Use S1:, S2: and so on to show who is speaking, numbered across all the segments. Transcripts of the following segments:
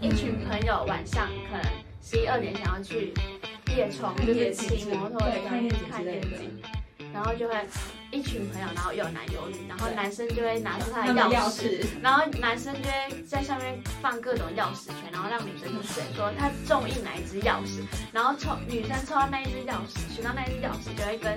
S1: 一群朋友晚上可能十一二点想要去夜冲、
S2: 就是
S1: 夜
S2: 骑
S1: 骑摩托
S2: 对
S1: 车
S2: 看夜景之
S1: 看
S2: 类
S1: 夜
S2: 的
S1: 景，然后就会一群朋友，然后有男有女，然后
S2: 对
S1: 男生就会拿出他
S2: 他
S1: 的
S2: 们
S1: 钥
S2: 钥
S1: 匙，
S2: 匙，
S1: 然后男生就会在上面放各种钥匙圈，然后让女生去选，说他中意哪一只钥匙，然后抽女生抽到那一只钥匙，选到那一只钥匙就会跟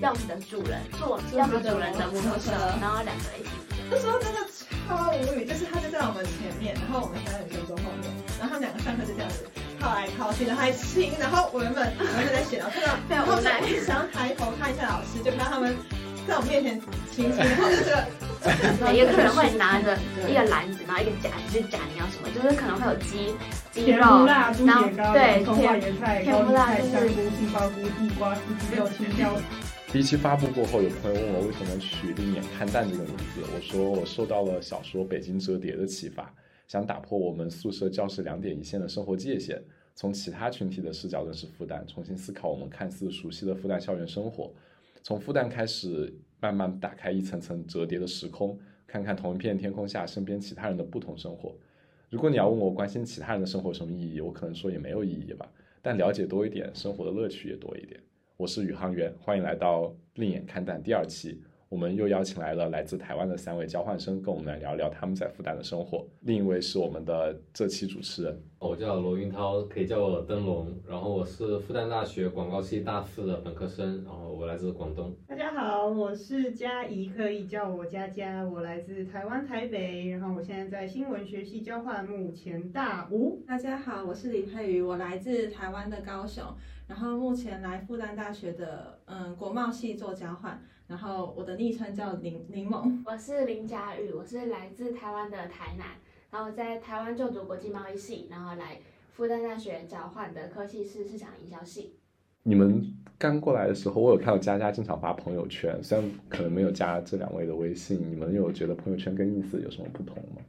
S1: 钥匙的主人坐钥匙主人的摩托车，然后两个人一起。
S3: 那时候真的超无语，就是他就在我们前面，然后我们三个女生坐后面，然后他们两个上课就这样子靠来靠去，然后还亲，然后我原本我原本在写，然后 看到，
S1: 对
S3: 然后
S1: 我在
S3: 我想要抬头看一下老师，就看到他们在我面前亲亲， 然后就觉得
S1: 每一个人会拿着一个篮子，然后一个夹子去夹你要什么，就是可能会有鸡、鸡
S4: 甜
S1: 肉
S4: 不，辣、猪
S1: 然后
S4: 血糕、
S1: 对
S4: 洋葱、花椰菜、
S1: 甜甜
S4: 高丽菜、
S1: 不辣
S4: 香
S1: 就
S4: 菇
S1: 是、
S4: 杏鲍菇、地瓜、四季豆、青椒。
S5: 第一期发布过后，有朋友问我为什么取“另眼看淡”这个名字，我说我受到了小说《北京折叠》的启发，想打破我们宿舍教室两点一线的生活界限，从其他群体的视角认识复旦，重新思考我们看似熟悉的复旦校园生活，从复旦开始慢慢打开一层层折叠的时空，看看同一片天空下身边其他人的不同生活。如果你要问我关心其他人的生活有什么意义，我可能说也没有意义吧，但了解多一点，生活的乐趣也多一点。我是宇航员，欢迎来到《另眼看淡》第二期。我们又邀请来了来自台湾的三位交换生，跟我们来聊聊他们在复旦的生活。另一位是我们的这期主持人，
S6: 哦我叫罗云涛，可以叫我灯笼。然后我是复旦大学广告系大四的本科生，然后我来自广东。
S7: 大家好，我是佳怡，可以叫我佳佳，我来自台湾台北，然后我现在在新闻学系交换，目前大五。
S2: 大家好，我是林佩瑜，我来自台湾的高雄，然后目前来复旦大学的嗯国贸系做交换，然后我的昵称叫柠柠檬。
S1: 我是林佳宇，我是来自台湾的台南，然后我在台湾就读国际贸易系，然后来复旦大学交换的科系是市场营销系。
S5: 你们刚过来的时候，我有看到佳佳经常发朋友圈，虽然可能没有加这两位的微信，你们有觉得朋友圈跟 ins 有什么不同吗？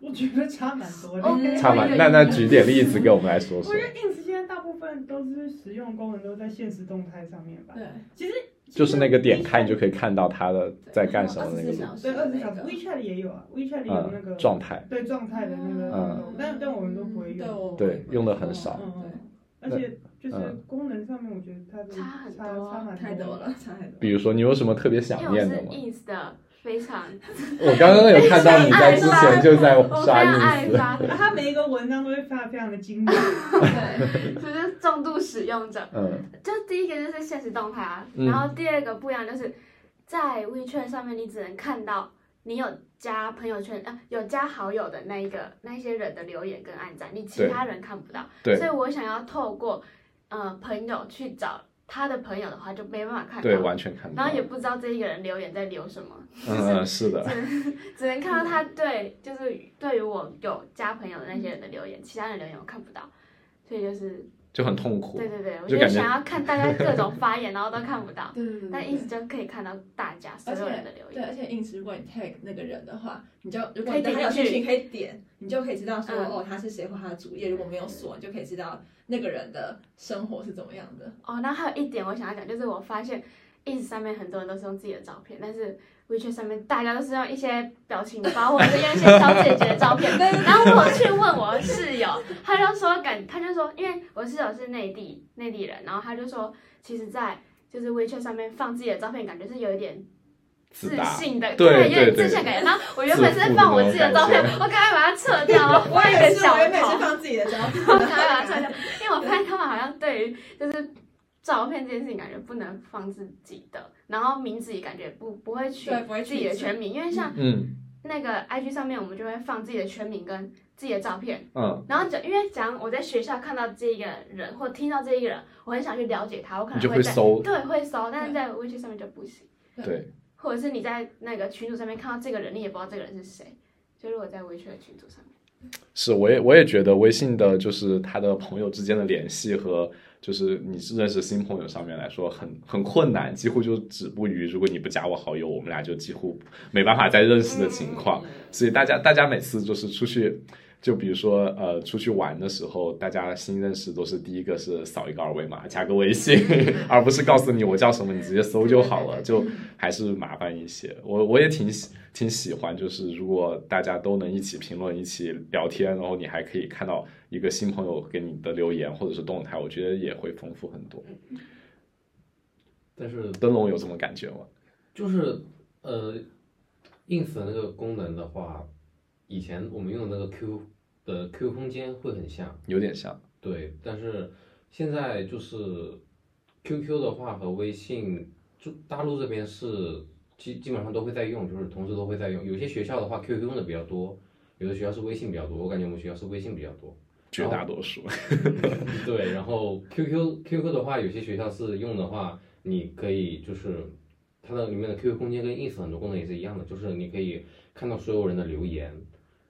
S3: 我觉得差蛮多
S1: 哦
S3: 的。
S4: OK
S5: 差蛮，那那举点例子给我们来说
S4: 我
S5: 说
S4: 觉。得 ins 现在大部分都是实用功能都在现实动态上面吧。
S2: 对，
S4: 其实
S5: 就是那个点开，你就可以看到他的
S2: 对
S5: 在干什么
S2: 24
S5: 那个
S2: 小时
S4: 对
S2: 的
S4: 二十
S2: 那
S3: 嗯
S4: 小时
S2: 个。
S4: WeChat 也有啊，WeChat 也有那个
S5: 嗯状态，
S4: 对状态的那个
S5: 嗯
S4: 功能，但但我们都不会
S1: 嗯
S2: 对，
S4: 用。
S2: 我
S5: 对用得很少
S4: 嗯
S2: 对，
S4: 而且就是
S5: 嗯
S4: 功能上面，我觉得它的
S1: 差
S4: 差
S1: 很多
S4: 差蛮
S2: 太
S4: 多
S2: 多了，
S4: 的。
S2: 嗯差太 多了。
S5: 比如说，你有什么特别想
S1: 因为我
S5: 念
S1: 是
S5: 的吗？
S1: ins 的非常，
S5: 我刚刚有看到你在之前就在
S1: 我非
S5: 刷
S1: 常爱
S5: ins，
S1: 发，
S4: 它每一个文章都会发得非常的 精美，
S2: 对，
S1: 就是重度使用者。
S5: 嗯。
S1: 就第一个就是现实动态啊，
S5: 嗯
S1: 然后第二个不一样就是在 WeChat 上面，你只能看到你有加朋友圈啊、呃有加好友的那一个那一些人的留言跟按赞，你其
S5: 对
S1: 他人看不到。
S5: 对
S1: 所以我想要透过呃朋友去找他的朋友的话，就没办法看
S5: 对，
S1: 到。
S5: 完全看不到。
S1: 然后也不知道这一个人留言在留什么，
S5: 嗯，是的，
S1: 只能看到他对，就是对于我有加朋友的那些人的留言，其他人留言我看不到，所以就是
S5: 就很痛苦
S1: 对。对对，我
S5: 就
S1: 就
S5: 感觉
S1: 想要看大家各种发言，然后都看不到。
S2: 对对嗯对。
S1: 但
S2: 对
S1: ins 就可以看到大家所
S2: 而且
S1: 有人的留
S2: 对，
S1: 言。
S2: 而且 ins 如果你 tag 那个人的话，你就如果
S1: 可以点
S2: 你对他有
S1: 进去
S2: 兴趣，你可以点，你就可以知道说、
S1: 嗯
S2: 哦他是谁或他的主页。如果没有锁，你就可以知道那个人的生活是怎么样的。
S1: 哦，那还有一点我想要讲，就是我发现 ins 上面很多人都是用自己的照片，但是 WeChat 上面大家都是用一些表情包或者是用一些小姐姐的照 片。
S2: 对
S1: 然后我去问我室友，他就说感，他就说，因为我室友是内地内地人，然后他就说，其实，在就是 WeChat 上面放自己的照片，感觉是有一点
S5: 自
S1: 自
S5: 大
S1: 信的，
S5: 对
S1: 有点
S5: 对
S1: 自信的
S5: 对
S1: 感觉。然后我原本是放我自己的照片，
S5: 自
S1: 我赶快把它撤掉，我换一个小
S2: 我也每
S1: 头
S2: 次。放自己的 照片，
S1: 我想要把它撤掉，因为我发现他们好像对于就是照片这件事情，感觉不能放自己的，然后名字也感觉不不会取
S2: 对不会
S1: 自己的
S2: 取自己
S1: 全名，因为像
S5: 嗯
S1: 那个 IG 上面，我们就会放自己的全名跟自己的照片，
S5: 嗯，
S1: 然后就因为讲我在学校看到这一个人或听到这一个人，我很想去了解他，我可
S5: 你就
S1: 能
S5: 会
S1: 在
S5: 搜，
S1: 对会搜，但是在 WeChat 上面就不行，
S5: 对，
S1: 或者是你在那个群组上面看到这个人，你也不知道这个人是谁，就如果在 WeChat 的群组上面。
S5: 是，我也我也觉得微信的就是他的朋友之间的联系和就是你认识新朋友上面来说很很困难，几乎就止步于如果你不加我好友，我们俩就几乎没办法再认识的情况。所以大家大家每次就是出去就比如说呃，出去玩的时候，大家新认识都是第一个是扫一个二维码，加个微信， 而不是告诉你我叫什么，你直接搜就好了，就还是麻烦一些。我我也挺喜挺喜欢，就是如果大家都能一起评论、一起聊天，然后你还可以看到一个新朋友给你的留言或者是动态，我觉得也会丰富很多。
S6: 但是
S5: 灯笼有这么感觉吗？
S6: 就是呃，ins 的那个功能的话，以前我们用的那个 Q 的 Q 空间会很像，
S5: 有点像，
S6: 对，但是现在就是 QQ 的话和微信，就大陆这边是基基本上都会在用，就是同时都会在用。有些学校的话，QQ 用的比较多，有的学校是微信比较多。我感觉我们学校是微信比较多。
S5: 绝大多数。
S6: 对，然后 QQ QQ 的话，有些学校是用的话，你可以就是它的里面的 QQ 空间跟 ins 很多功能也是一样的，就是你可以看到所有人的留言，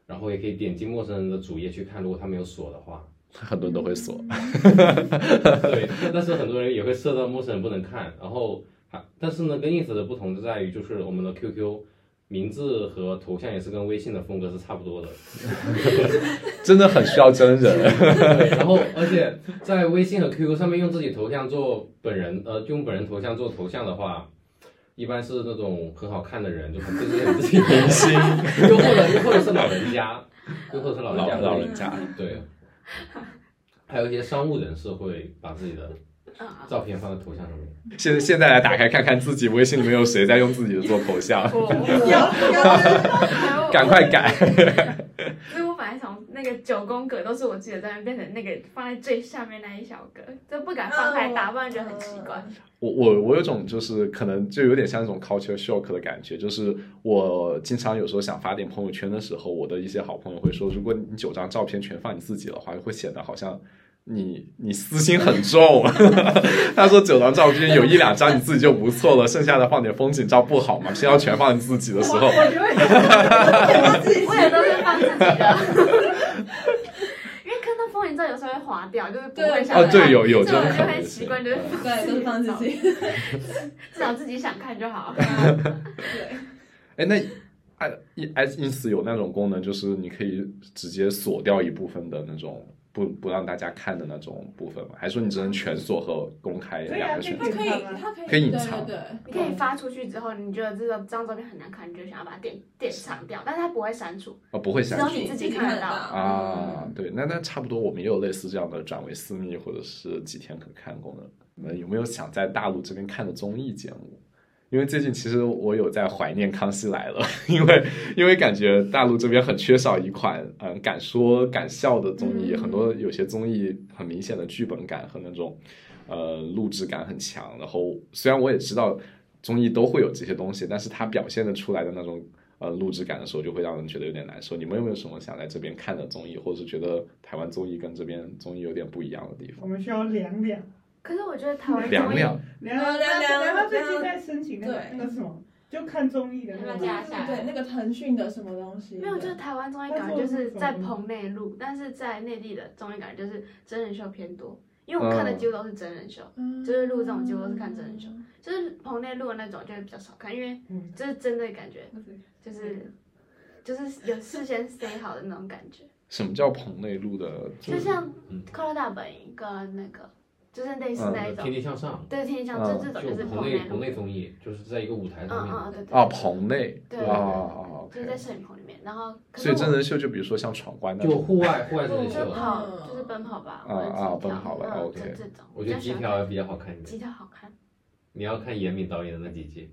S6: 然后也可以点击陌生人的主页去看，如果他没有锁的话。
S5: 很多人都会锁，
S6: 对，但是很多人也会设到陌生人不能看，然后还但是呢，跟 ins 的不同就在于就是我们的 QQ 名字和头像也是跟微信的风格是差不多的，
S5: 真的很需要真人。
S6: 对，然后而且在微信和 QQ 上面用自己头像做本人，呃，用本人头像做头像的话，一般是那种很好看的人，就很就是很自己明 星，又或者又或者是老人家，又或者是老人家
S5: 老
S6: 的
S5: 老人家，
S6: 对，还有一些商务人士会把自己的
S1: 啊，
S6: 照片放在头像上面。
S5: 现现在来打开看看自己微信里面有谁在用自己的做头 像，
S2: 哦
S1: 还有
S5: 赶快改。
S1: 所以我本来从那个九宫格都是我自己的照片，变成那个放在最下面那一小格，就不敢放开
S7: 哦
S1: 打，不然觉得很奇怪。
S7: 呃
S5: 我我我有种就是可能就有点像那种 culture shock 的感觉，就是我经常有时候想发点朋友圈的时候，我的一些好朋友会说，如果你九张照片全放你自己的话，会显得好像你 你私心很重。 他说九张照片有一两张你自己就不错了，剩下的放点风景照不好吗？偏要全放你自己的时候，
S7: 我觉得
S1: 我也都是放自己的，因为看到风景照有时候会划掉，就是不会想
S5: 哦
S1: 看。
S5: 对，有有
S1: 所
S5: 这
S1: 以我
S5: 种可
S1: 就会
S5: 能
S1: 习
S5: 性。
S1: 惯，就是放
S2: 对，就是放自己。
S1: 至少自己想看 就好。
S5: 哎，那 i i ins 有那种功能，就是你可以直接锁掉一部分的那种，不不让大家看的那种部分吗？还是说你只能全锁和公开
S7: 对啊
S5: 两个选
S7: 这
S5: 择？
S2: 它可以，它可以，
S5: 可以隐
S2: 对
S5: 藏
S2: 对对。
S1: 你可以发出去之后，你觉得这个这张照片很难看，你就想要把它点点藏掉，但是它不会删除，
S5: 哦，不会
S1: 只
S5: 删
S1: 有
S5: 除
S1: 你自己看得到。
S5: 啊？对，那那差不多，我们也有类似这样的转为私密或者是几天可看功能。那有没有想在大陆这边看的综艺节目？因为最近其实我有在怀念《康熙来了》， 因为因为感觉大陆这边很缺少一款嗯敢说敢笑的综艺，
S1: 嗯
S5: 很多有些综艺很明显的剧本感和那种呃录制感很强。然后虽然我也知道综艺都会有这些东西，但是它表现的出来的那种呃录制感的时候，就会让人觉得有点难受。你们有没有什么想在这边看的综艺，或者是觉得台湾综艺跟这边综艺有点不一样的地
S4: 我
S5: 方？
S4: 们需要量量，
S1: 可是我觉得台湾
S5: 凉
S1: 综艺，
S5: 凉，
S4: 量
S2: 呃凉凉
S4: 量他最近在申请那个
S2: 对
S4: 那个什么，就看综艺的那
S1: 让
S4: 个
S1: 大家
S4: 嘛。
S1: 下来
S2: 对，那个腾讯的什么东西？
S1: 没有，就是台湾综艺感觉就是在棚内录，但是在内地的综艺感觉就是真人秀偏多，因为我看的几乎都是真人秀，
S2: 嗯
S1: 就是录这种节目都是看真人秀，就是棚内录的那种就会比较少看，因为
S4: 嗯
S1: 就是真的感觉
S2: 不是
S1: 就是就是有事先 say 好的那种感觉，
S5: 什么叫棚内录的综
S1: 就
S5: 艺？
S1: 像
S6: 嗯
S1: 《快乐大本营》跟那个就是类似那一种
S6: 天，天向上，
S1: 对，天天像
S5: 嗯
S1: 这这种
S6: 就
S1: 就是
S6: 棚
S1: 棚
S6: 内
S1: 内
S6: 棚
S1: 录，
S6: 内综艺，就是在一个舞台
S1: 嗯
S6: 上面。
S1: 嗯对对
S5: 啊，棚内
S1: 对
S5: 啊啊啊
S1: 就
S5: ，OK
S1: 是。在摄影棚里面，然后可是
S5: 所以真
S1: 我
S5: 人秀就比如说像闯
S1: 嗯
S5: 关那
S6: 就
S5: 种，
S6: 户外户外真人
S1: 就
S6: 秀
S1: 是，跑就是奔跑吧，
S5: 啊
S1: 或者
S5: 啊
S1: 机跳
S5: 奔跑吧
S1: 嗯
S5: ，OK
S1: 这这种
S6: 我觉得
S1: 比
S6: 几
S1: 较喜欢
S6: 条比较好看一
S1: 吉
S6: 点。
S1: 他好看，
S6: 你要看严敏导演的那几季，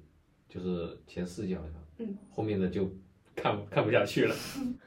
S6: 就是前四季好像，
S1: 嗯，
S6: 后面的就看看不下去了。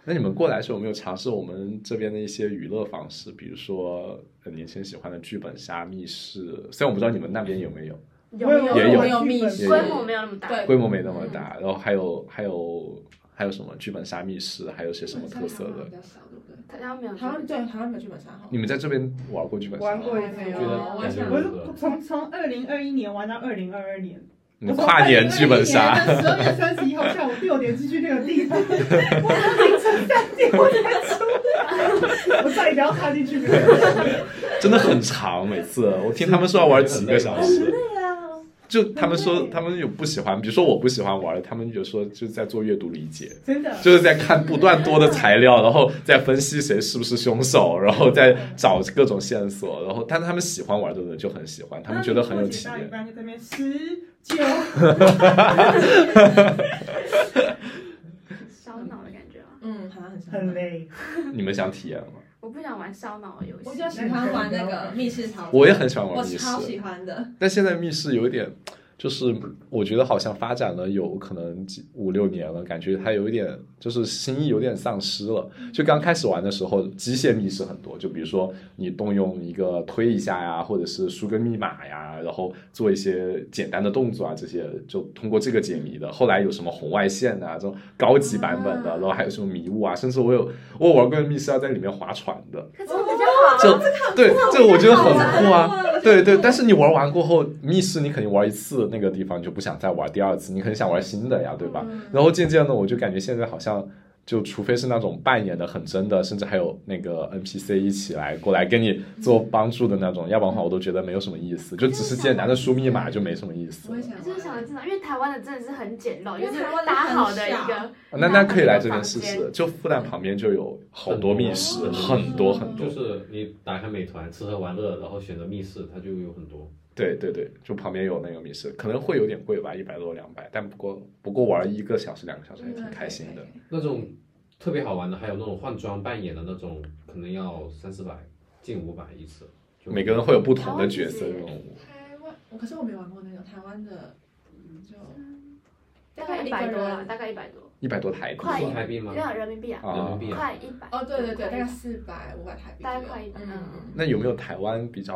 S5: 那你们过来的时候有没有尝试我们这边的一些娱乐方式？比如说呃年轻人喜欢的剧本杀、密室，虽然我不知道你们那边有没有，
S1: 有
S4: 我
S1: 没有
S5: 也有
S4: 我
S2: 有密
S4: 剧
S2: 室
S5: 也
S1: 规模没有那么大，
S2: 对
S5: 规模没那么大，然后还有还有还有什么剧本杀、密室，还有些什么特色的
S2: 比？较少，对不对？
S1: 台湾没有这
S2: 台湾
S1: 个。
S2: 对台湾没有剧本杀哈。
S5: 你们在这边玩过剧本杀
S4: 玩
S5: 吗？
S4: 过一次
S2: 没有
S6: 觉得
S2: 我
S6: 感觉
S2: 想
S6: 如
S4: 我是
S6: 何
S4: 从从二零二一年玩到二零二二年，
S5: 你们嗯跨年剧本杀，
S4: 十二月三十一号下午六点进去那个地 方，我到凌晨三点我才出来，我再也不要踏进去了。
S5: 真的很长，每次我听他们说要玩几个小时， 就他们说
S7: 对
S5: 他们有不喜欢，比如说我不喜欢玩的，他们就说就是在做阅读理解，
S7: 真的
S5: 就是在看不断多的材料，然后再分析谁是不是凶手，然后再找各种线索，然后但他们喜欢玩的人就很喜欢，他们觉得很有体
S7: 那你破解到一
S5: 验。
S7: 半就在那边十九，
S1: 烧脑的感觉啊吗？
S2: 嗯，好像很像
S4: 很。累，
S5: 你们想体验吗？
S1: 我不想玩烧脑的游戏。
S2: 我就喜欢玩那个密室逃脱，
S5: 我也很喜欢
S2: 我
S5: 玩密室，
S2: 超喜欢的。
S5: 但现在密室有一点，就是我觉得好像发展了有可能几五六年了，感觉它有一点就是新意有点丧失了。就刚开始玩的时候，机械密室很多，就比如说你动用一个推一下呀，或者是输个密码呀，然后做一些简单的动作啊，这些就通过这个解谜的。后来有什么红外线啊，这种高级版本的，
S1: 啊
S5: 然后还有什么迷雾啊，甚至我有我有玩过密室啊要在里面划船的，
S1: 可是比较
S5: 这
S1: 好，啊
S5: 对，这啊我觉得很
S2: 好
S5: 酷啊
S2: 玩我觉得，
S5: 对对。
S2: 酷
S5: 但是你玩完过后，密室你肯定玩一次那个地方，你就不想再玩第二次，你肯定想玩新的呀，对吧？
S1: 嗯
S5: 然后渐渐的，我就感觉现在好像。就除非是那种扮演的很真的，甚至还有那个 NPC 一起来过来跟你做帮助的那种，要不然的话我都觉得没有什么意思，就只是简嗯单的输密码就没什么意思
S2: 我
S5: 了
S2: 也。想
S1: 我
S2: 玩，
S1: 就是想知道，因为台湾的真的是很简陋，
S2: 因为
S1: 就是
S2: 台湾的
S1: 搭
S2: 很
S1: 好的一
S2: 小
S1: 个，
S5: 那那可以来这边试
S1: 那我
S5: 试，就复旦旁边就有好多密室，很
S6: 很
S5: 多
S6: 多
S5: 很多
S6: 就。是你打开美团吃喝玩乐，然后选择密室，它就有很多。
S5: 对对对，就旁边有那个密室，可能会有点贵吧，一百多两百，但不过不过玩一个小时两个小时还
S1: 嗯
S5: 挺开心的。
S6: 那种特别好玩的，还有那种换装扮演的那种，可能要三四百，近五百一次。就
S5: 每个人会有不同的角色任务，
S2: 台湾，我可是我没玩过那个台湾的，嗯就
S1: 大概一百多
S2: 个
S1: 啦，
S2: 人
S1: 大概一百多，
S5: 一百多台币
S1: 快
S6: 是
S1: 一
S6: 台币吗？
S1: 要人民币啊，
S5: 啊
S6: 人民币啊，
S1: 快一百。
S2: 哦，对对对，大
S1: 快
S2: 概四百五百台币左
S1: 大
S2: 右，
S1: 概快一点
S2: 嗯，
S5: 那有没有台湾比较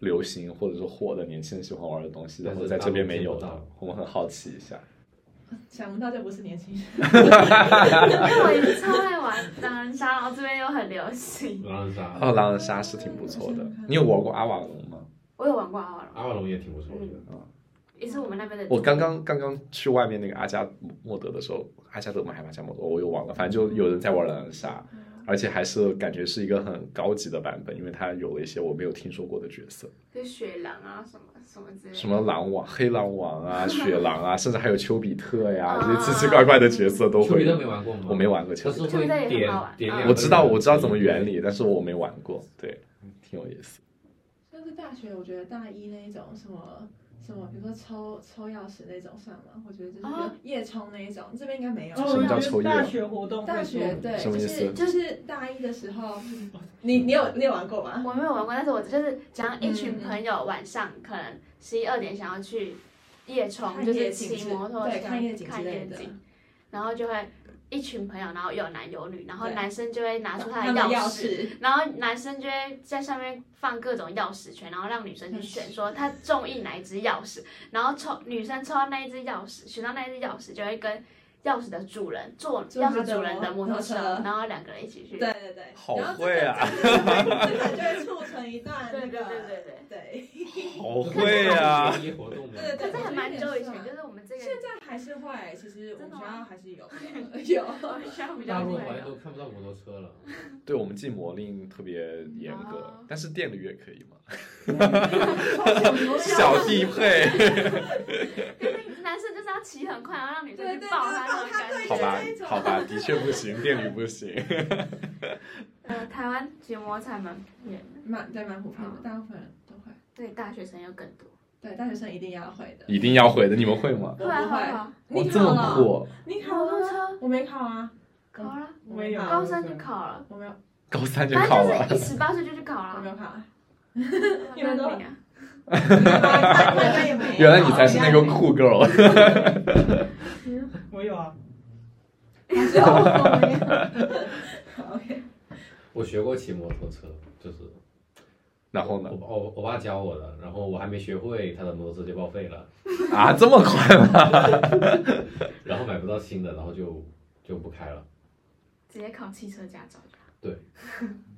S5: 流行或者是火的年轻人喜欢玩的东西，然后在这边没有
S6: 但是大陆
S5: 的
S6: 见不到？
S5: 我们很好奇一下。
S2: 想不到这不是年轻人，
S1: 因为我以前超爱玩狼人杀，然后这边又很流行。
S6: 狼人杀、
S5: 哦，狼人杀是挺不错的。你有玩过阿瓦隆吗？
S1: 我有玩过阿瓦隆，
S6: 阿瓦隆也挺不错
S2: 嗯
S6: 的。
S1: 也是我们那边的。
S5: 我刚刚刚刚去外面那个阿加莫德的时候，阿加德吗？还是阿加莫德？我又忘了，反正就有人在玩狼人杀，而且还是感觉是一个很高级的版本，因为它有了一些我没有听说过的角色。
S1: 就是雪狼啊什么什么之类的。
S5: 什么狼王、黑狼 王啊、雪狼啊，甚至还有丘比特呀，
S1: 啊
S5: 这些奇奇怪怪的角色都
S6: 丘比
S5: 会
S6: 特。没玩过吗？
S5: 我没，玩过丘
S6: 它
S5: 比
S6: 是
S5: 特，
S6: 会点点两个人
S5: 我知道我知道怎么原。理，但是我没玩过。对，挺有意思。
S2: 但是大学我觉得大一那一种什么。什么？比如说抽抽钥匙那种算吗？我觉得就是比如
S1: 啊
S2: 夜冲那一种，这边应该没有。
S7: 哦
S5: 什么叫抽烟
S7: 大学活动会做，
S2: 大学对，
S5: 什么
S2: 就是
S5: 意思
S2: 就是大一的时候，
S1: 嗯
S2: 你你有你有玩过吗？
S1: 我没有玩过，但是我就是只要一群
S2: 嗯嗯
S1: 朋友晚上可能十一二点想要去夜冲，
S2: 看
S1: 就
S2: 夜
S1: 是
S2: 景
S1: 骑
S2: 之
S1: 摩托车
S2: 对看夜景之
S1: 看
S2: 类
S1: 夜
S2: 的
S1: 景，然后就会一群朋友，然后有男有女，然后
S2: 对
S1: 男生就会拿出他
S2: 们
S1: 的
S2: 钥
S1: 钥匙。然后男生就会在上面放各种钥匙圈，然后让女
S2: 嗯
S1: 生去选，说他中意哪一只钥匙，然后抽女生抽到那一只钥匙，选到那一只钥匙就会跟钥匙的主人坐
S2: 坐
S1: 钥
S2: 他的
S1: 匙主人的摩托车
S2: 摩托车，
S1: 然后两个人一起去。
S2: 对对对，
S5: 好
S2: 然后这
S5: 会
S2: 个
S5: 啊！
S2: 这个就会促成一段
S1: 对
S2: 那
S1: 对
S2: 个
S1: 对对对。
S2: 对，
S1: 哎
S5: 好
S1: 啊
S5: 啊
S6: 联！谊活动吗？
S2: 对
S1: 可
S2: 对
S1: 是还蛮久以前，
S2: 对
S1: 就是我们这个
S2: 现在还是会，其实我
S1: 真的
S2: 们
S1: 吗
S2: 学校还是有的 有。
S1: 我 们学校比
S6: 大
S1: 较
S6: 陆
S1: 会
S6: 好像
S1: 有
S6: 都看不到摩托车了。
S5: 对我们禁摩令特别严格
S1: 哦，
S5: 但是电驴也 可以嘛。
S2: 对
S5: 小弟配，
S1: 就是男生就是要骑很快，然后让女生去抱他那种感
S5: 好
S1: 觉。
S5: 吧，好吧，的确不行，电驴不行。
S1: 呃，台湾骑摩托车还蛮远的，
S2: 蛮对蛮普遍
S1: 嗯
S2: 的，大部分人都会。
S1: 对大学生又更多。
S2: 对，大学生一定要会的。
S5: 一定要会的，你们会吗？
S2: 我呃不会，
S1: 啊，
S5: 哇，
S2: 你
S5: 这
S2: 考
S5: 么
S2: 了？
S5: 酷！
S2: 你考
S1: 摩托
S2: 了吗？
S1: 车
S2: 我没考啊，
S1: 考了，
S7: 我也有
S4: 啊
S1: 高三就考了。
S2: 我没有，
S5: 高三就
S1: 反
S5: 考
S1: 正就是
S5: 了，
S1: 一十八岁就去考
S2: 我
S1: 了。
S2: 没 有考啊。
S1: 你们都
S7: 大家也没有
S5: 原来你才是那个酷 girl。
S7: 我有啊，
S2: 只有 我没有。好 OK，
S6: 我学过骑摩托车，就是
S5: 然后
S6: 我
S5: 呢？
S6: 我我爸教我的，然后我还没学会，他的摩托车就报废了，
S5: 啊，这么快吗？
S6: 然后买不到新的，然后就就不开了。
S1: 直接考汽车驾照就好。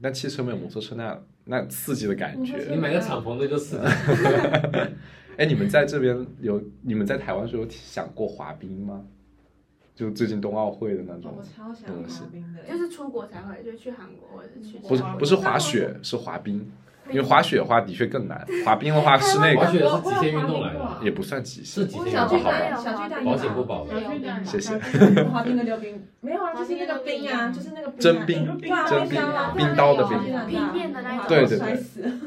S5: 那汽车没有摩托车那那刺激的啊感
S2: 摩托
S5: 觉
S2: 车。
S6: 你买个敞篷的就是
S5: 哎，你们在这边有你们在台湾时候有想过滑冰吗？就最近冬奥会的那
S2: 哦我
S5: 种，
S2: 超想滑冰的，
S1: 就是出国才会，就去韩国或者是去
S5: 不是
S7: 滑
S5: 不是滑雪，是滑冰。
S1: 冰
S5: 因为滑雪的话的确更难，滑冰的话啊室内
S6: 滑
S5: 感
S6: 雪是极限运动来的，
S5: 也不算极
S6: 是
S5: 限，
S6: 极
S2: 我
S6: 限运
S2: 小
S6: 动
S2: 巨
S5: 好
S2: 蛋
S5: 吧？
S2: 有，小巨
S1: 啊
S2: 蛋
S6: 保险不保
S2: 的
S7: 小巨蛋
S8: 啊
S5: 谢谢。
S2: 滑冰跟溜冰 没有啊，就是那个冰啊，就是那个
S5: 真
S2: 冰
S5: 冰
S2: 啊，对啊，
S5: 真
S2: 冰刀啊，
S5: 冰冰刀的
S2: 对啊
S5: 冰
S1: 冰面的那种
S5: 对对对
S2: 摔死，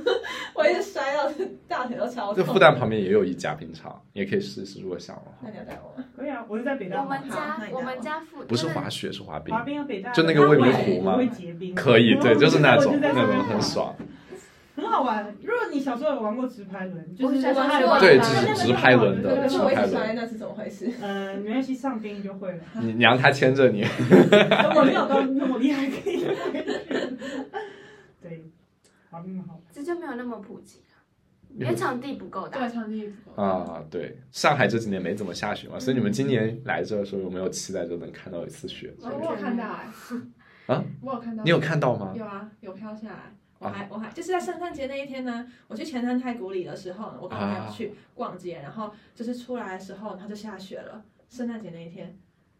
S2: 我一直摔到大腿都超
S5: 这
S2: 痛。
S5: 复旦旁边也有一家冰场，也可以试试，如果想的话
S2: 那。你要带我吗？
S4: 可以啊，我是在北大
S1: 我们
S2: 好
S1: 家
S2: 那你
S1: 我
S2: 拿
S1: 们
S2: 我
S1: 家附
S5: 不是
S1: 真的
S5: 滑雪，是滑冰
S4: 滑，冰啊，北大
S5: 就那个
S2: 未名湖
S4: 湖
S5: 吗
S4: 会结冰，
S5: 可以，对，就是那
S4: 我
S5: 种
S4: 就在
S5: 那
S4: 上面
S5: 种
S4: 滑
S5: 很爽。
S4: 很好玩。如果你小时候有玩过直排轮，
S2: 我
S4: 就是
S2: 小时候
S4: 它有
S2: 玩过
S5: 对
S4: 那个
S5: 直
S4: 是
S5: 直排轮的
S4: 对
S2: 可是
S4: 对
S2: 我一
S4: 对
S2: 直摔，那是怎么回事？
S4: 呃，没关系，上冰就会了。
S5: 你你让他牵着你，
S4: 我没有到那么厉害，可以。对，滑冰很好玩。
S1: 这就没有那么普及了，因为场地不够大。，
S2: 场地
S5: 啊，对，上海这几年没怎么下雪嘛，所以你们今年来这的时候有没有期待着能看到一次雪？
S2: 我有看到哎，
S5: 啊，
S2: 我有看到，
S5: 你有啊看到吗？
S2: 有啊，有飘下来。我还我还就是在圣诞节那一天呢，我去前滩太古里的时候呢，我跟我朋
S5: 啊
S2: 友去逛街，然后就是出来的时候，然后就下雪了。圣诞节那一天，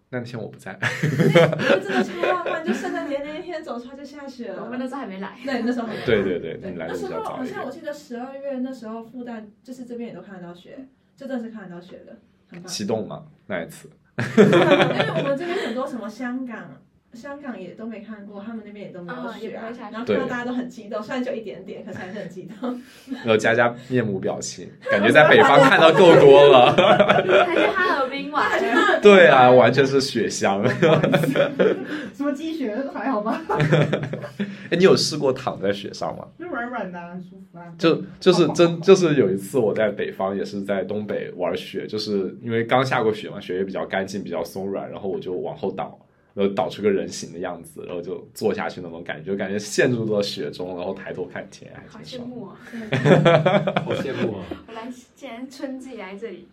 S5: 那天我不在，
S2: 就真的超浪漫，就圣诞节那一天走出来就下雪了。
S1: 我们那时候还没 来，
S2: 那你那时候还
S5: 对对对，
S2: 对，
S5: 你来的
S2: 那
S5: 比
S2: 时
S5: 较
S2: 候
S5: 早
S2: 好
S5: 一
S2: 像
S5: 点
S2: 我。记得十二月那时候复旦就是这边也都看得到雪，就真的是看得到雪的，很 棒。
S5: 启动嘛，那一次，
S2: 因为我们这边很多什么香港。香港也都没看过，他们那边也都没有
S1: 嗯也
S2: 雪、
S1: 不
S2: 啊
S1: 会下雪
S2: 然后看到
S5: 对
S2: 大家都很激动，虽然就一点点，可是还是很激动。
S5: 然后佳佳面无表情，感觉在北方看到够多了。
S1: 还是哈尔滨 玩，
S5: 对啊，完全是雪乡。
S4: 什么积雪还好吧？
S5: 哎，你有试过躺在雪上吗？
S4: 就软软的啊，很舒服啊。
S5: 就就是真就是有一次我在北方，也是在东北玩雪，就是因为刚下过雪嘛，雪也比较干净，比较松软，然后我就往后倒，然后倒出个人形的样子，然后就坐下去那种感觉，就感觉陷入到雪中，然后抬头看天，还
S1: 好
S5: 挺
S1: 羡
S5: 爽。
S1: 慕啊！
S6: 好羡慕啊！
S1: 我来，竟然春季来这里，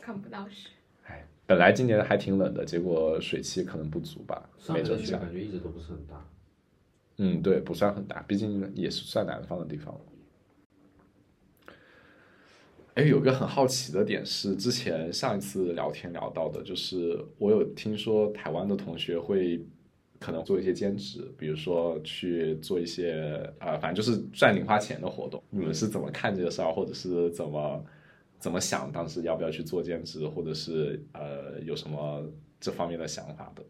S1: 看不到雪。
S5: 哎，本来今年还挺冷的，结果水汽可能不足吧，
S6: 上海
S5: 没
S6: 的
S5: 成
S6: 雪
S5: 下。
S6: 感觉一直都不是很大，
S5: 嗯，对，不算很大，毕竟也是算南方的地方了。哎，有个很好奇的点是，之前上一次聊天聊到的，就是我有听说台湾的同学会可能做一些兼职，比如说去做一些呃，反正就是赚零花钱的活动。你们是怎么看这个事儿，或者是怎么怎么想？当时要不要去做兼职，或者是呃有什么这方面的想法的？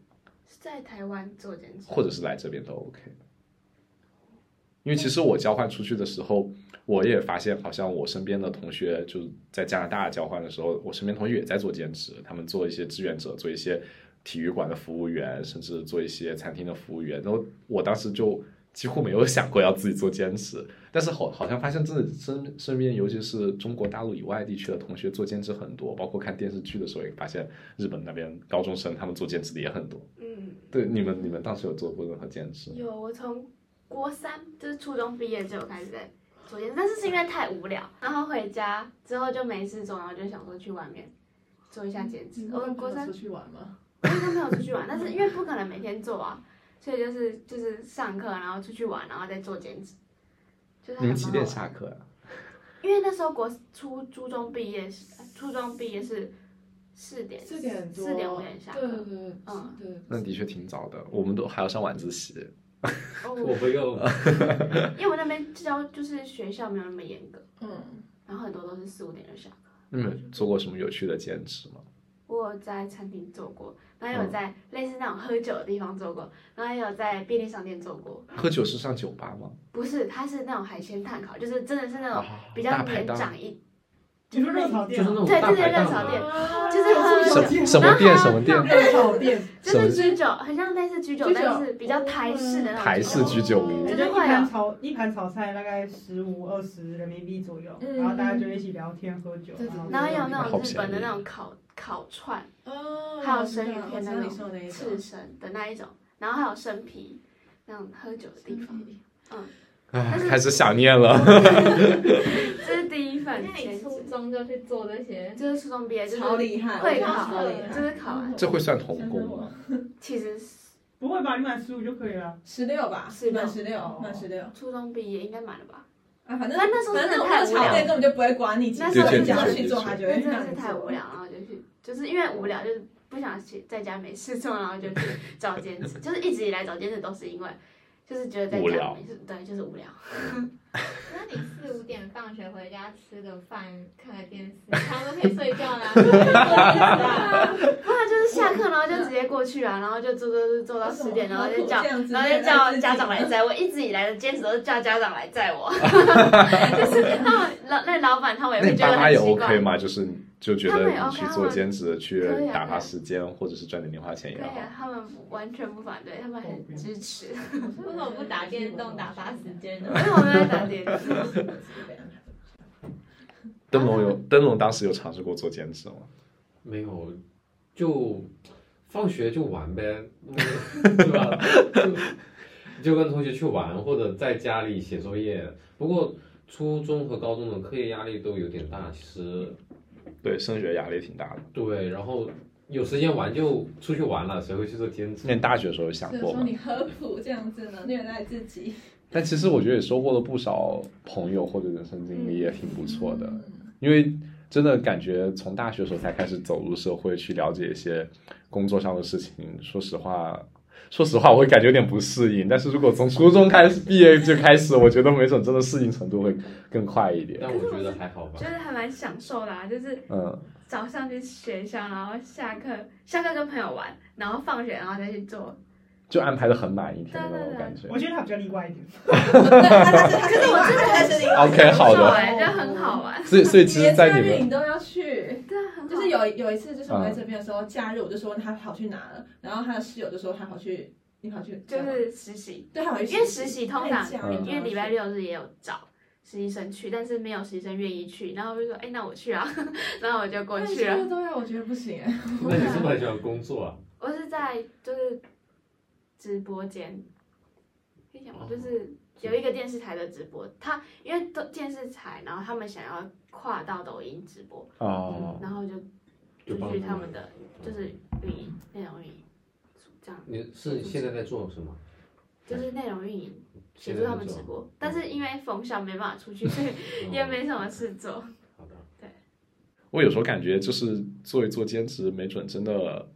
S1: 是在台湾做兼职，
S5: 或者是来这边都 OK。因为其实我交换出去的时候，我也发现好像我身边的同学就是在加拿大交换的时候，我身边同学也在做兼职，他们做一些志愿者，做一些体育馆的服务员，甚至做一些餐厅的服务员。然后我当时就几乎没有想过要自己做兼职，但是好好像发现真的身身边，尤其是中国大陆以外地区的同学做兼职很多，包括看电视剧的时候也发现日本那边高中生他们做兼职的也很多。
S1: 嗯，
S5: 对，你们你们当时有做过任何兼职吗？
S1: 有我从国三就是初中毕业就有开始在做兼职，但是是因为太无聊，然后回家之后就没事做，然后就想说去外面做一下兼职。我
S2: 跟
S1: 国
S2: 朋友
S1: 三
S2: 出去玩吗？
S1: 我跟朋友出去玩，但是因为不可能每天做啊，所以就是就是上课，然后出去玩，然后再做兼职，就是还
S5: 你们
S1: 蛮
S5: 几
S1: 好
S5: 点
S1: 玩
S5: 下课呀、
S1: 因为那时候国初初中毕业是，初中毕业是四点
S2: 四点多，
S1: 四点五点下
S2: 对对
S1: 课。
S2: 对，
S1: 嗯
S2: 对。
S5: 那的确挺早的，我们都还要上晚自习。
S1: 哦，
S6: 我
S1: 我
S6: 会用
S1: 因为我那边教就是学校没有那么严格，
S2: 嗯，
S1: 然后很多都是四五点就下课。
S5: 你们有做过什么有趣的兼职吗？
S1: 我有在餐厅做过，然后有在类似那种喝酒的地方做过，然后也有在便利商店做过。
S5: 喝酒是上酒吧吗？
S1: 不是，它是那种海鲜炭烤，就是真的是那种
S5: 啊
S1: 比
S5: 大
S1: 较
S5: 排
S1: 年
S5: 档
S1: 长一，
S4: 你说热炒
S6: 就
S4: 店
S6: 是那
S4: 啊，
S6: 种
S1: 对
S6: 大
S1: 对对，
S6: 排
S1: 热
S6: 档
S1: 炒
S6: 嘛，
S1: 店，
S5: 嗯
S2: 啊
S1: 就是喝
S4: 什
S1: 酒
S4: 么，店
S5: 什么店？什么店？
S4: 热炒店，
S5: 什么
S1: 就是居酒，很像类似居酒
S2: 居，酒
S1: 但是比较台式的那种
S5: 嗯台式居酒屋
S1: 对
S4: 就
S1: 就是
S4: 一
S1: 会
S4: 盘
S1: 有
S4: 炒一盘炒菜大概十五二十人民币左右，
S2: 嗯
S4: 然后大家就一起聊天喝酒啊
S2: 对对，对
S1: 然后有那
S5: 好
S1: 种日
S5: 便
S1: 本的
S5: 宜
S1: 那种烤烤串、
S2: 哦，
S1: 还有生鱼片那
S2: 那
S1: 种
S2: 你说的那一
S1: 刺
S2: 种，
S1: 身的那一种，然后还有生啤，那种喝酒的地方。
S2: 嗯
S5: 唉
S1: 但是
S5: 开始想念了。
S1: 这是第一份
S8: 那
S1: 兼
S8: 你初
S1: 职，
S8: 中就去做这些，
S1: 就是初中毕业，就是
S2: 超厉害，
S1: 会
S2: 我觉
S1: 考
S2: 得
S1: 啊
S2: 超厉，害，
S1: 就是考完，
S5: 这会算童工吗？
S1: 其实是
S4: 不会吧？你买十五就可以了。
S2: 十六吧，
S1: 16
S2: 满十六
S4: 哦，
S2: 满十六
S1: 初中毕业应该满了吧？
S2: 啊，反正
S1: 但那时候
S2: 反
S1: 真
S2: 正
S1: 的
S2: 种
S1: 太
S2: 热
S1: 无
S2: 炒
S1: 聊
S2: 店
S1: 了，
S2: 根本就不会管你，
S1: 那
S2: 只
S1: 时候
S2: 要
S1: 真
S2: 你
S1: 的
S2: 要去做，他就
S1: 那
S2: 会
S1: 真的
S2: 让
S1: 是
S2: 你
S1: 太无
S2: 做。
S1: 聊，然后就去，就是因为无聊，就是不想去在家没事做，然后就去找兼职，就是一直以来找兼职都是因为。就是觉得在
S5: 无
S1: 家
S5: 聊
S1: 没事，对，就是无聊。
S8: 那你四五点放学回家吃个饭，看个电视，他都可以睡觉 啦。对
S1: 不然就是下课，然后就直接过去啊，然后就坐坐坐坐到十点，然后就叫，
S2: 这样子
S1: 然后就叫家长来载我。一直以来的坚持都是叫家长来载 我，就是他们老那老板他们也
S5: 那
S1: 会
S5: 你
S1: 觉得
S5: 爸妈
S1: 很
S5: 也
S1: 奇怪。
S5: OK 吗？就是就觉
S1: 他
S5: 得
S1: 们也 OK，
S5: 你去
S1: 他
S5: 做
S1: 们
S5: 兼职去
S1: 可以啊
S5: 打
S1: 可以
S5: 发
S1: 啊
S5: 时间，或者是赚点零花钱也
S1: 对
S5: 好。
S1: 啊，他们不完全不反对，他们很支持。
S8: 为什么不打电动打发时间呢？
S5: 哦
S1: 因为我们在打 电动，
S5: 灯 笼有灯笼当时有尝试过做兼职吗？
S6: 没有，就放学就玩呗， 对吧？就就跟同学去玩，或者在家里写作业。不过初中和高中的课业压力都有点大，其实
S5: 对，升学压力挺大的。
S6: 对，然后有时间玩就出去玩了，谁会去做兼职
S5: 那？你大学的时候有想
S2: 所以
S5: 过
S2: 说
S5: 吗？
S2: 你何苦这样子呢？虐待自己。
S5: 但其实我觉得也收获了不少朋友或者人生经历，也挺不错 的。
S2: 嗯
S5: 因为真的感觉从大学的时候才开始走入社会，去了解一些工作上的事情。说实话，说实话，我会感觉有点不适应。但是如果从初中开始毕业就开始，我觉得没准真的适应程度会更快一点。
S6: 但我觉得还好吧
S1: 觉。得还蛮享受的、啊，就是
S5: 嗯，
S1: 早上去学校，然后下课下课跟朋友玩，然后放学然后再去做。
S5: 就安排的很满一天的那种感觉。
S4: 我觉得他比较例外一点。
S3: 对，他他可是我真的还是另外一个
S5: OK，好的
S1: 哎，就很好玩。
S5: 所以，所以其实，在
S2: 连假
S5: 你
S2: 日
S5: 们
S2: 你都要去，
S1: 对啊，很好
S2: 就是有有一次，就是我
S5: 嗯
S2: 们在这边的时候，假日我就说他跑去哪了，然后他的室友就说他跑去，你跑去
S1: 就
S2: 干嘛
S1: 是实习。
S2: 对，他跑去
S1: 因为实习通常
S2: 在家里
S5: 嗯
S1: 因为礼拜六日也有找实习生去，但是没有实习生愿意去，然后我就说，哎，那我去啊， 然后我就过
S2: 但
S1: 去
S2: 是
S1: 了。
S2: 都要，我觉得不行哎。
S6: 那你是不是很喜欢工作啊？
S1: 我是在就是直播间，可以讲
S5: 哦
S1: 吗？就是有一个电视台的直播，他因为都电视台，然后他们想要跨到抖音直播，
S5: 哦，
S1: 然后就
S6: 就
S1: 就
S6: 帮
S1: 去
S6: 忙
S1: 他们的就是运营内容运营，这样
S6: 你是现在在做什么？
S1: 就是内容运营协助
S6: 现在
S1: 他
S6: 在
S1: 们
S6: 做
S1: 直
S5: 哦
S1: 播，但是因为冯小没办法出去，所以 也
S6: 嗯
S1: 没什么事做。
S6: 好的。
S5: 我有时候感觉就是做一做兼职，没准真的。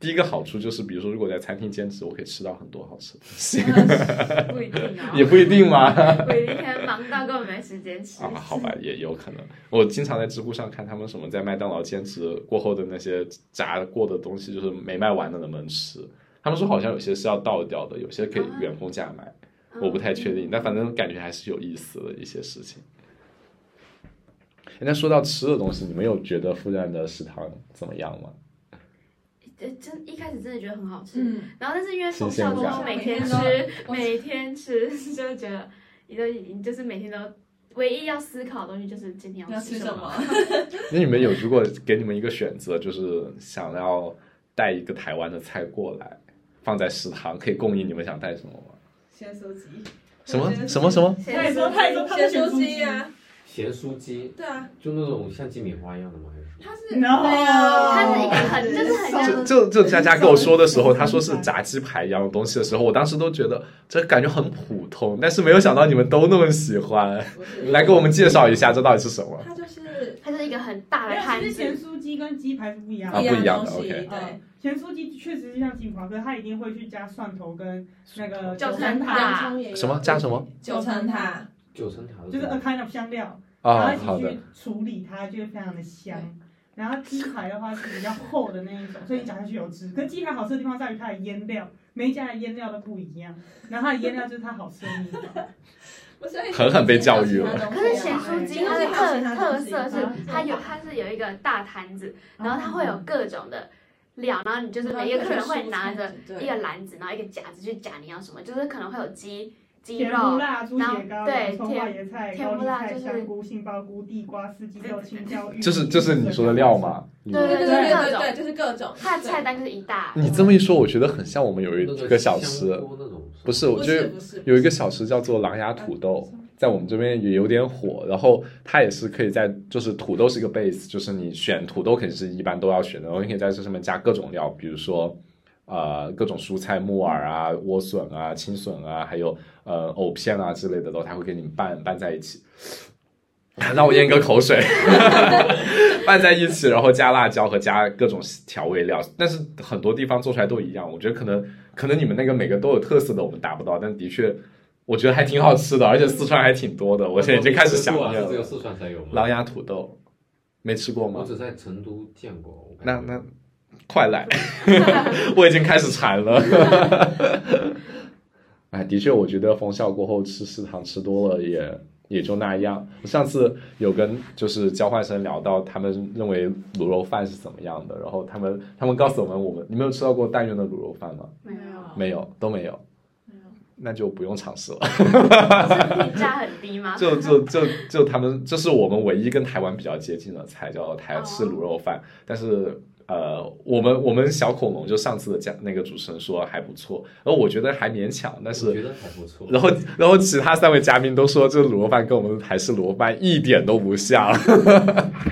S5: 第一个好处就是，比如说，如果在餐厅兼职，我可以吃到很多好吃的东西，
S1: 不一定哦，
S5: 也不一定嘛。
S1: 不一定，可能忙到根本没时间吃。
S5: 啊，好吧，也有可能。我经常在知乎上看他们什么在麦当劳兼职过后的那些炸过的东西，就是没卖完的能不能吃？他们说好像有些是要倒掉的，有些给员工价卖，
S1: 嗯
S5: 我不太确定。但反正感觉还是有意思的一些事情。诶那说到吃的东西，你们有觉得复旦的食堂怎么样吗？
S1: 呃真一开始真的觉得很好吃，
S2: 嗯，
S1: 然后但是因为
S5: 新
S1: 从
S5: 鲜
S1: 小
S5: 感
S1: 之后每天吃，每天吃， 就觉得你都已经就是每天都。唯一要思考的东西就是今天
S2: 嗯要
S1: 吃
S2: 吃什
S1: 么。
S2: 么？
S5: 那你们有如果给你们一个选择，就是想要带一个台湾的菜过来，放在食堂，可以供应你们想带什么吗？
S3: 先收集，
S5: 什么什么什么？
S1: 先
S4: 他也说，他也说他
S2: 咸
S4: 们
S2: 酥
S4: 选
S2: 鸡啊，
S6: 咸酥鸡，
S2: 对啊，
S6: 就那种像鸡米花一样的吗？还是什么？
S2: 他是
S4: No
S2: 对啊
S1: 它是一个很就是很像
S5: 就就就佳佳跟我说的时候，他说是炸鸡排一样的东西的时候，我当时都觉得这感觉很普通，但是没有想到你们都那么喜 欢。
S2: 不
S5: 你
S2: 是，
S5: 来给我们介绍一下这到底是什么？
S2: 他就是
S1: 它是一个很大的摊
S4: 没有其实咸
S1: 子，
S4: 酥鸡跟鸡排是不一样
S5: 啊
S4: 的。嗯
S5: 不一样的
S2: 东西，
S5: OK
S1: 嗯
S2: 对，
S4: 咸酥鸡确实是像鸡米花，可是它一定会去加蒜头跟那个
S1: 九层
S4: 层
S1: 塔
S2: 洋葱也有
S5: 什么加什么
S2: 九层塔，
S6: 九层塔的
S4: 就是
S6: 什
S4: a
S6: 么
S4: kind of 香料，
S5: 啊？
S4: 然后
S5: 好
S4: 一起
S5: 的
S4: 去，处理它，就会非常的香。然后鸡排的话是比较厚的那一种，所以你咬下去有汁。可是鸡排好吃的地方在于它的腌料，每一家的腌料都不一样，然后它的腌料就是它好吃的地方。
S2: 我相信
S5: 狠狠被教育了
S2: 啊
S1: 可是咸酥鸡啊它的特特色是它有它是有一个大摊子， 然后它会有
S4: 嗯
S1: 各种的料，嗯然后你就是每一个客人会拿着一个篮子，然后一个夹子去夹你要什么，就是可能会有鸡、鸡
S4: 甜
S1: 肉
S4: 不辣、猪
S1: 然后
S4: 血糕、
S1: 对
S4: 洋葱、花椰菜、
S1: 甜
S4: 高
S1: 不
S4: 丽
S1: 辣
S4: 菜、
S1: 就是
S4: 香菇、杏鲍菇、地瓜、四季豆、青椒、芋。
S5: 就是就是你说的料？吗？你
S1: 对
S2: 对
S1: 对
S2: 对对
S1: 各
S2: 对
S1: 种
S2: 对，就是各种
S1: 它的菜单就是一大。
S5: 你这么一说，我觉得很像我们有
S6: 那
S5: 一个小吃
S6: 香，锅那种
S5: 不是，
S2: 不
S5: 我觉
S2: 是
S5: 得
S2: 不是啊
S5: 有一个小吃叫做狼牙土豆，在我们这边也有点火。然后它也是可以在，就是土豆是一个 base，就是你选土豆肯定是一般都要选的，然后你可以在这上面加各种料，比如说呃各种蔬菜、木耳啊、莴笋啊、青笋啊，还有呃藕片啊之类的都，它会给你拌拌在一起。 让我咽个口水，拌在一起，然后加辣椒和加各种调味料，但是很多地方做出来都一样。我觉得可能可能你们那个每个都有特色的，我们达不到，但的确我觉得还挺好吃的，而且四川还挺多的，我现在已经开始想念
S6: 只有
S5: 了。
S6: 四川才有吗？
S5: 狼牙土豆，没吃过
S6: 我
S5: 吗？
S6: 只在成都见过。我感
S5: 那那
S6: 觉
S5: 快 来，我已经开始馋了。 哎，的确，我觉得封校过后吃食堂吃多了也也就那样。我上次有跟就是交换生聊到，他们认为卤肉饭是怎么样的，然后他们他们告诉我们，我们你们有吃到过但愿的卤肉饭吗？
S1: 没有，
S5: 没有，都没有
S2: 没有。
S5: 那就不用尝试了，
S1: 评价很低吗？
S5: 就就就就他们，这是我们唯一跟台湾比较接近的菜，叫
S2: 哦
S5: 台式卤肉饭。但是呃，我们我们小恐龙就上次的讲那个主持人说还不错，然后我觉得还勉强，但是
S6: 我觉得还不错。
S5: 然后，然后其他三位嘉宾都说，这卤肉饭跟我们的台式卤肉饭一点都不像。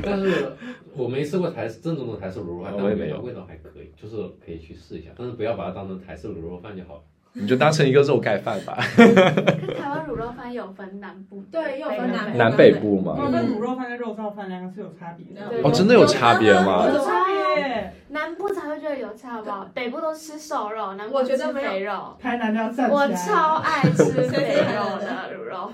S6: 但是 哦我没吃过台式正宗的台式卤肉饭，但
S5: 我也
S6: 觉得
S5: 没有
S6: 味道还可以，就是可以去试一下，但是不要把它当成台式卤肉饭就好了。
S5: 你就当成一个肉盖饭吧。
S1: 可台湾卤肉饭有分南部，
S2: 对嗯又有分南部
S5: 南北部
S4: 我
S5: 嘛，
S4: 跟哦卤肉饭跟肉燥饭两个是有差别的。
S1: 嗯对
S5: 哦，真的有差别吗？
S2: 有
S4: 有差别，
S1: 南部才会觉得有差好不好？北部都吃瘦肉，南部
S2: 我觉
S1: 吃
S2: 得没有
S1: 肥肉。
S4: 台南都要站起来。
S1: 我超爱吃 肥肉的卤肉，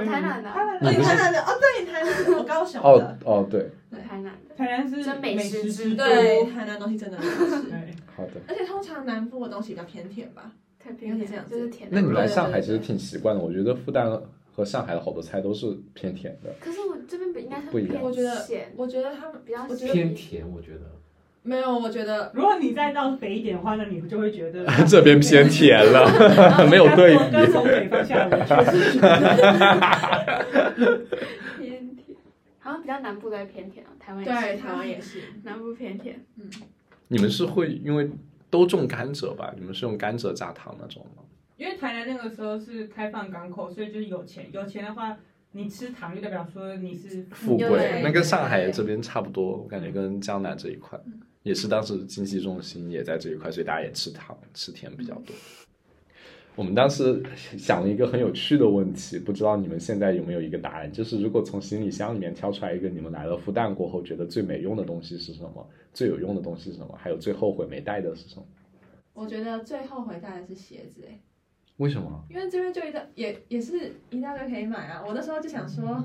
S1: 我
S4: 有，
S1: 台南的，
S5: 你不
S3: 你
S5: 是
S3: 台南的哦，对，你台南的，我高雄
S5: 哦
S3: 的，
S5: 哦，对，
S1: 我台南的。
S4: 台南是
S1: 真美食
S4: 食
S1: 之
S4: 之
S1: 都
S3: 对，台南东西真的很好吃，
S4: 对
S5: 好的。
S3: 而且通常南部的东西比较偏甜吧。
S1: 太偏
S3: 这
S1: 甜，
S3: 样子
S1: 就是甜的。
S5: 那你来上海其实挺习惯的，我觉得复旦和上海的好多菜都是偏甜的。
S1: 可是我这边比应该是
S5: 不一样
S1: 偏
S3: 我觉得
S1: 咸，
S3: 我觉得他们
S1: 比较
S3: 我觉得
S6: 偏甜，我觉得。
S3: 没有，我觉得
S4: 如果你再到北一点的话，那你就会觉 得 啊
S5: 这边偏甜
S2: 哦
S5: 了，没有对比
S4: 跟从北方下来，我确实觉得
S1: 偏甜，好像比较南部都会偏甜哦，台湾也是
S3: 对台湾也是，
S1: 南部偏甜，
S5: 你们是会因为都种甘蔗吧？你们是用甘蔗榨糖那种
S1: 嗯
S5: 吗？
S4: 因为台南那个时候是开放港口，所以就是有钱，有钱的话，你吃糖就代表说你是
S5: 富
S1: 有
S5: 贵
S1: 对，嗯
S5: 那跟上海这边差不多，我感觉跟江南这一块也是当时经济重心也在这一块，所以大家也吃糖吃甜比较多。我们当时想了一个很有趣的问题，不知道你们现在有没有一个答案？就是如果从行李箱里面挑出来一个你们来了复旦过后觉得最没用的东西是什么，最有用的东西是什么，还有最后悔没带的是什么？
S2: 我觉得最后悔带的是鞋子、哎，
S5: 为什么？
S2: 因为这边就一大也也是一大堆可以买啊。我那时候就想说，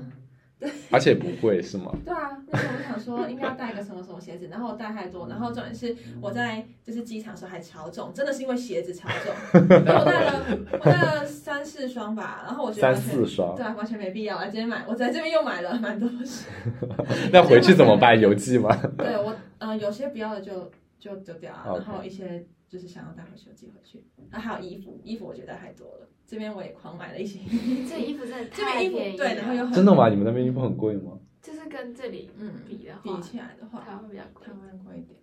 S5: 而且不贵是吗？
S2: 对啊，那时候我就想说应该要带个什么什么鞋子，然后我带太多，然后重点是我在就是机场的时候还超重，真的是因为鞋子超重，然后我带了我带了三四双吧，然后我觉得
S5: 三
S2: 完全
S5: 四双，
S2: 对啊，完全没必要啊！今天买，我在这边又买了蛮多鞋。
S5: 那回去怎么办？邮寄吗？
S2: 对我，呃，有些不要的就就丢掉啊，
S5: OK
S2: 然后一些就是想要带回去就寄回去。啊，还有衣服，衣服我觉得太多了，这边我也狂买了一些。
S1: 这衣服真的
S2: 这
S1: 太
S2: 边衣服
S1: 便宜了，
S2: 对，然后又很
S5: 真的吗？你们那边衣服很贵吗？
S1: 就是跟这里
S2: 嗯，
S1: 比的
S2: 比
S1: 话，
S2: 起来的话，
S1: 台湾比较贵
S2: 台。湾贵一点。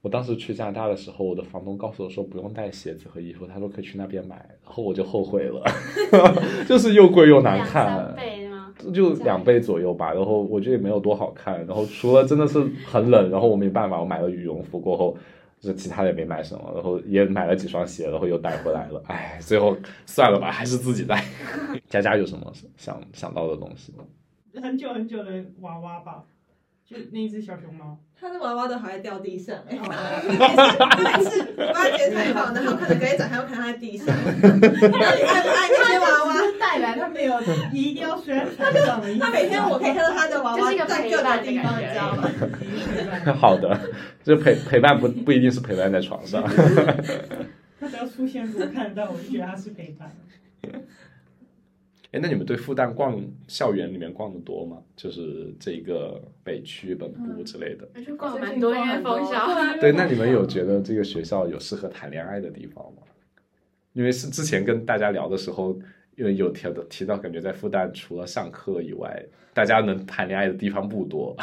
S5: 我当时去加拿大的时候，我的房东告诉我说不用带鞋子和衣服，他说可以去那边买，然后我就后悔 了，就是又贵又难
S1: 两三
S5: 看，
S1: 倍吗？
S5: 就两倍左右吧。然后我觉得也没有多好看，然后除了真的是很冷，然后我没办法，我买了羽绒服过后，这其他的也没买什么，然后也买了几双鞋，然后又带回来了。唉，最后算了吧，还是自己带。 佳佳有什么想想到的东西吗？
S4: 很久很久的娃娃吧，就那只小熊 猫。
S3: 他的娃娃都还会掉地上、
S2: 欸哦
S3: 哎， 每次每次我妈接采访，然后可能隔一早还会看它在地上，到底爱不爱哎那些娃娃？
S4: 带来它没有一定要摔在地上的意思。
S3: 他每天我可以看到他的娃娃在各个地方，你知道吗？
S5: 好的，这陪陪伴不不一定是陪伴在床上。
S4: 它只要出现我看到，我就觉得它是陪伴。
S5: 哎，那你们对复旦逛校园里面逛的多吗？就是这个北区本部之类的。
S1: 我去逛蛮多，因为封校。
S5: 对，那你们有觉得这个学校有适合谈恋爱的地方吗？因为是之前跟大家聊的时候，有有提到提到，感觉在复旦除了上课以外，大家能谈恋爱的地方不多，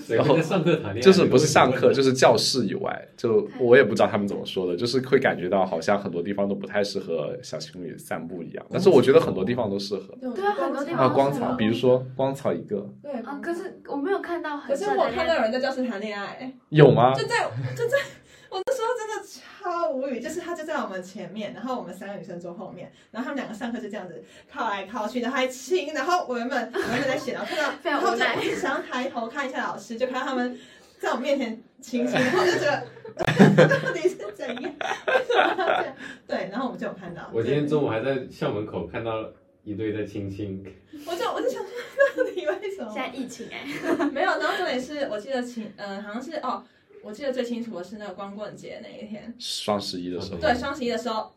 S6: 谁会在上课谈恋爱？
S5: 就是不是上课就是教室以外，就我也不知道他们怎么说的，就是会感觉到好像很多地方都不太适合小情侣散步一样，但是我觉得很多地方都适合。
S1: 对啊很多地
S5: 啊，
S1: 方
S5: 光
S1: 草
S5: 草，比如说光草一个
S2: 对，
S1: 啊，可是我没有看到
S3: 可
S1: 很
S3: 是
S1: 适合
S3: 我
S1: 谈
S3: 看
S1: 恋
S3: 到
S1: 爱
S6: 啊
S3: 有人在教室谈恋爱、
S5: 有吗？
S3: 就在就在。
S2: 我那时候真的超无语，就是他就在我们前面，然后我们三个女生坐后面，然后他们两个上课就这样子靠来靠去，然后还亲，然后我原本我原本在写，然后看到，
S1: 非
S2: 然
S1: 常
S2: 后我
S1: 无
S2: 就
S1: 奈
S2: 想要抬头看一下老师，就看到他们在我面前亲亲，然后我就觉得到底是怎样？ 为什么要这样？对，然后我们就有看到，
S6: 我今天
S2: 对
S6: 中午还在校门口看到一对在亲亲，
S2: 我就我就想说，到底为什么
S1: 现？在疫情哎、
S2: 没有，然后重点是我记得清，嗯、好像是哦，我记得最清楚的是那个光棍节那一天，
S5: 双十一的时候，
S2: 对，双十一的时候，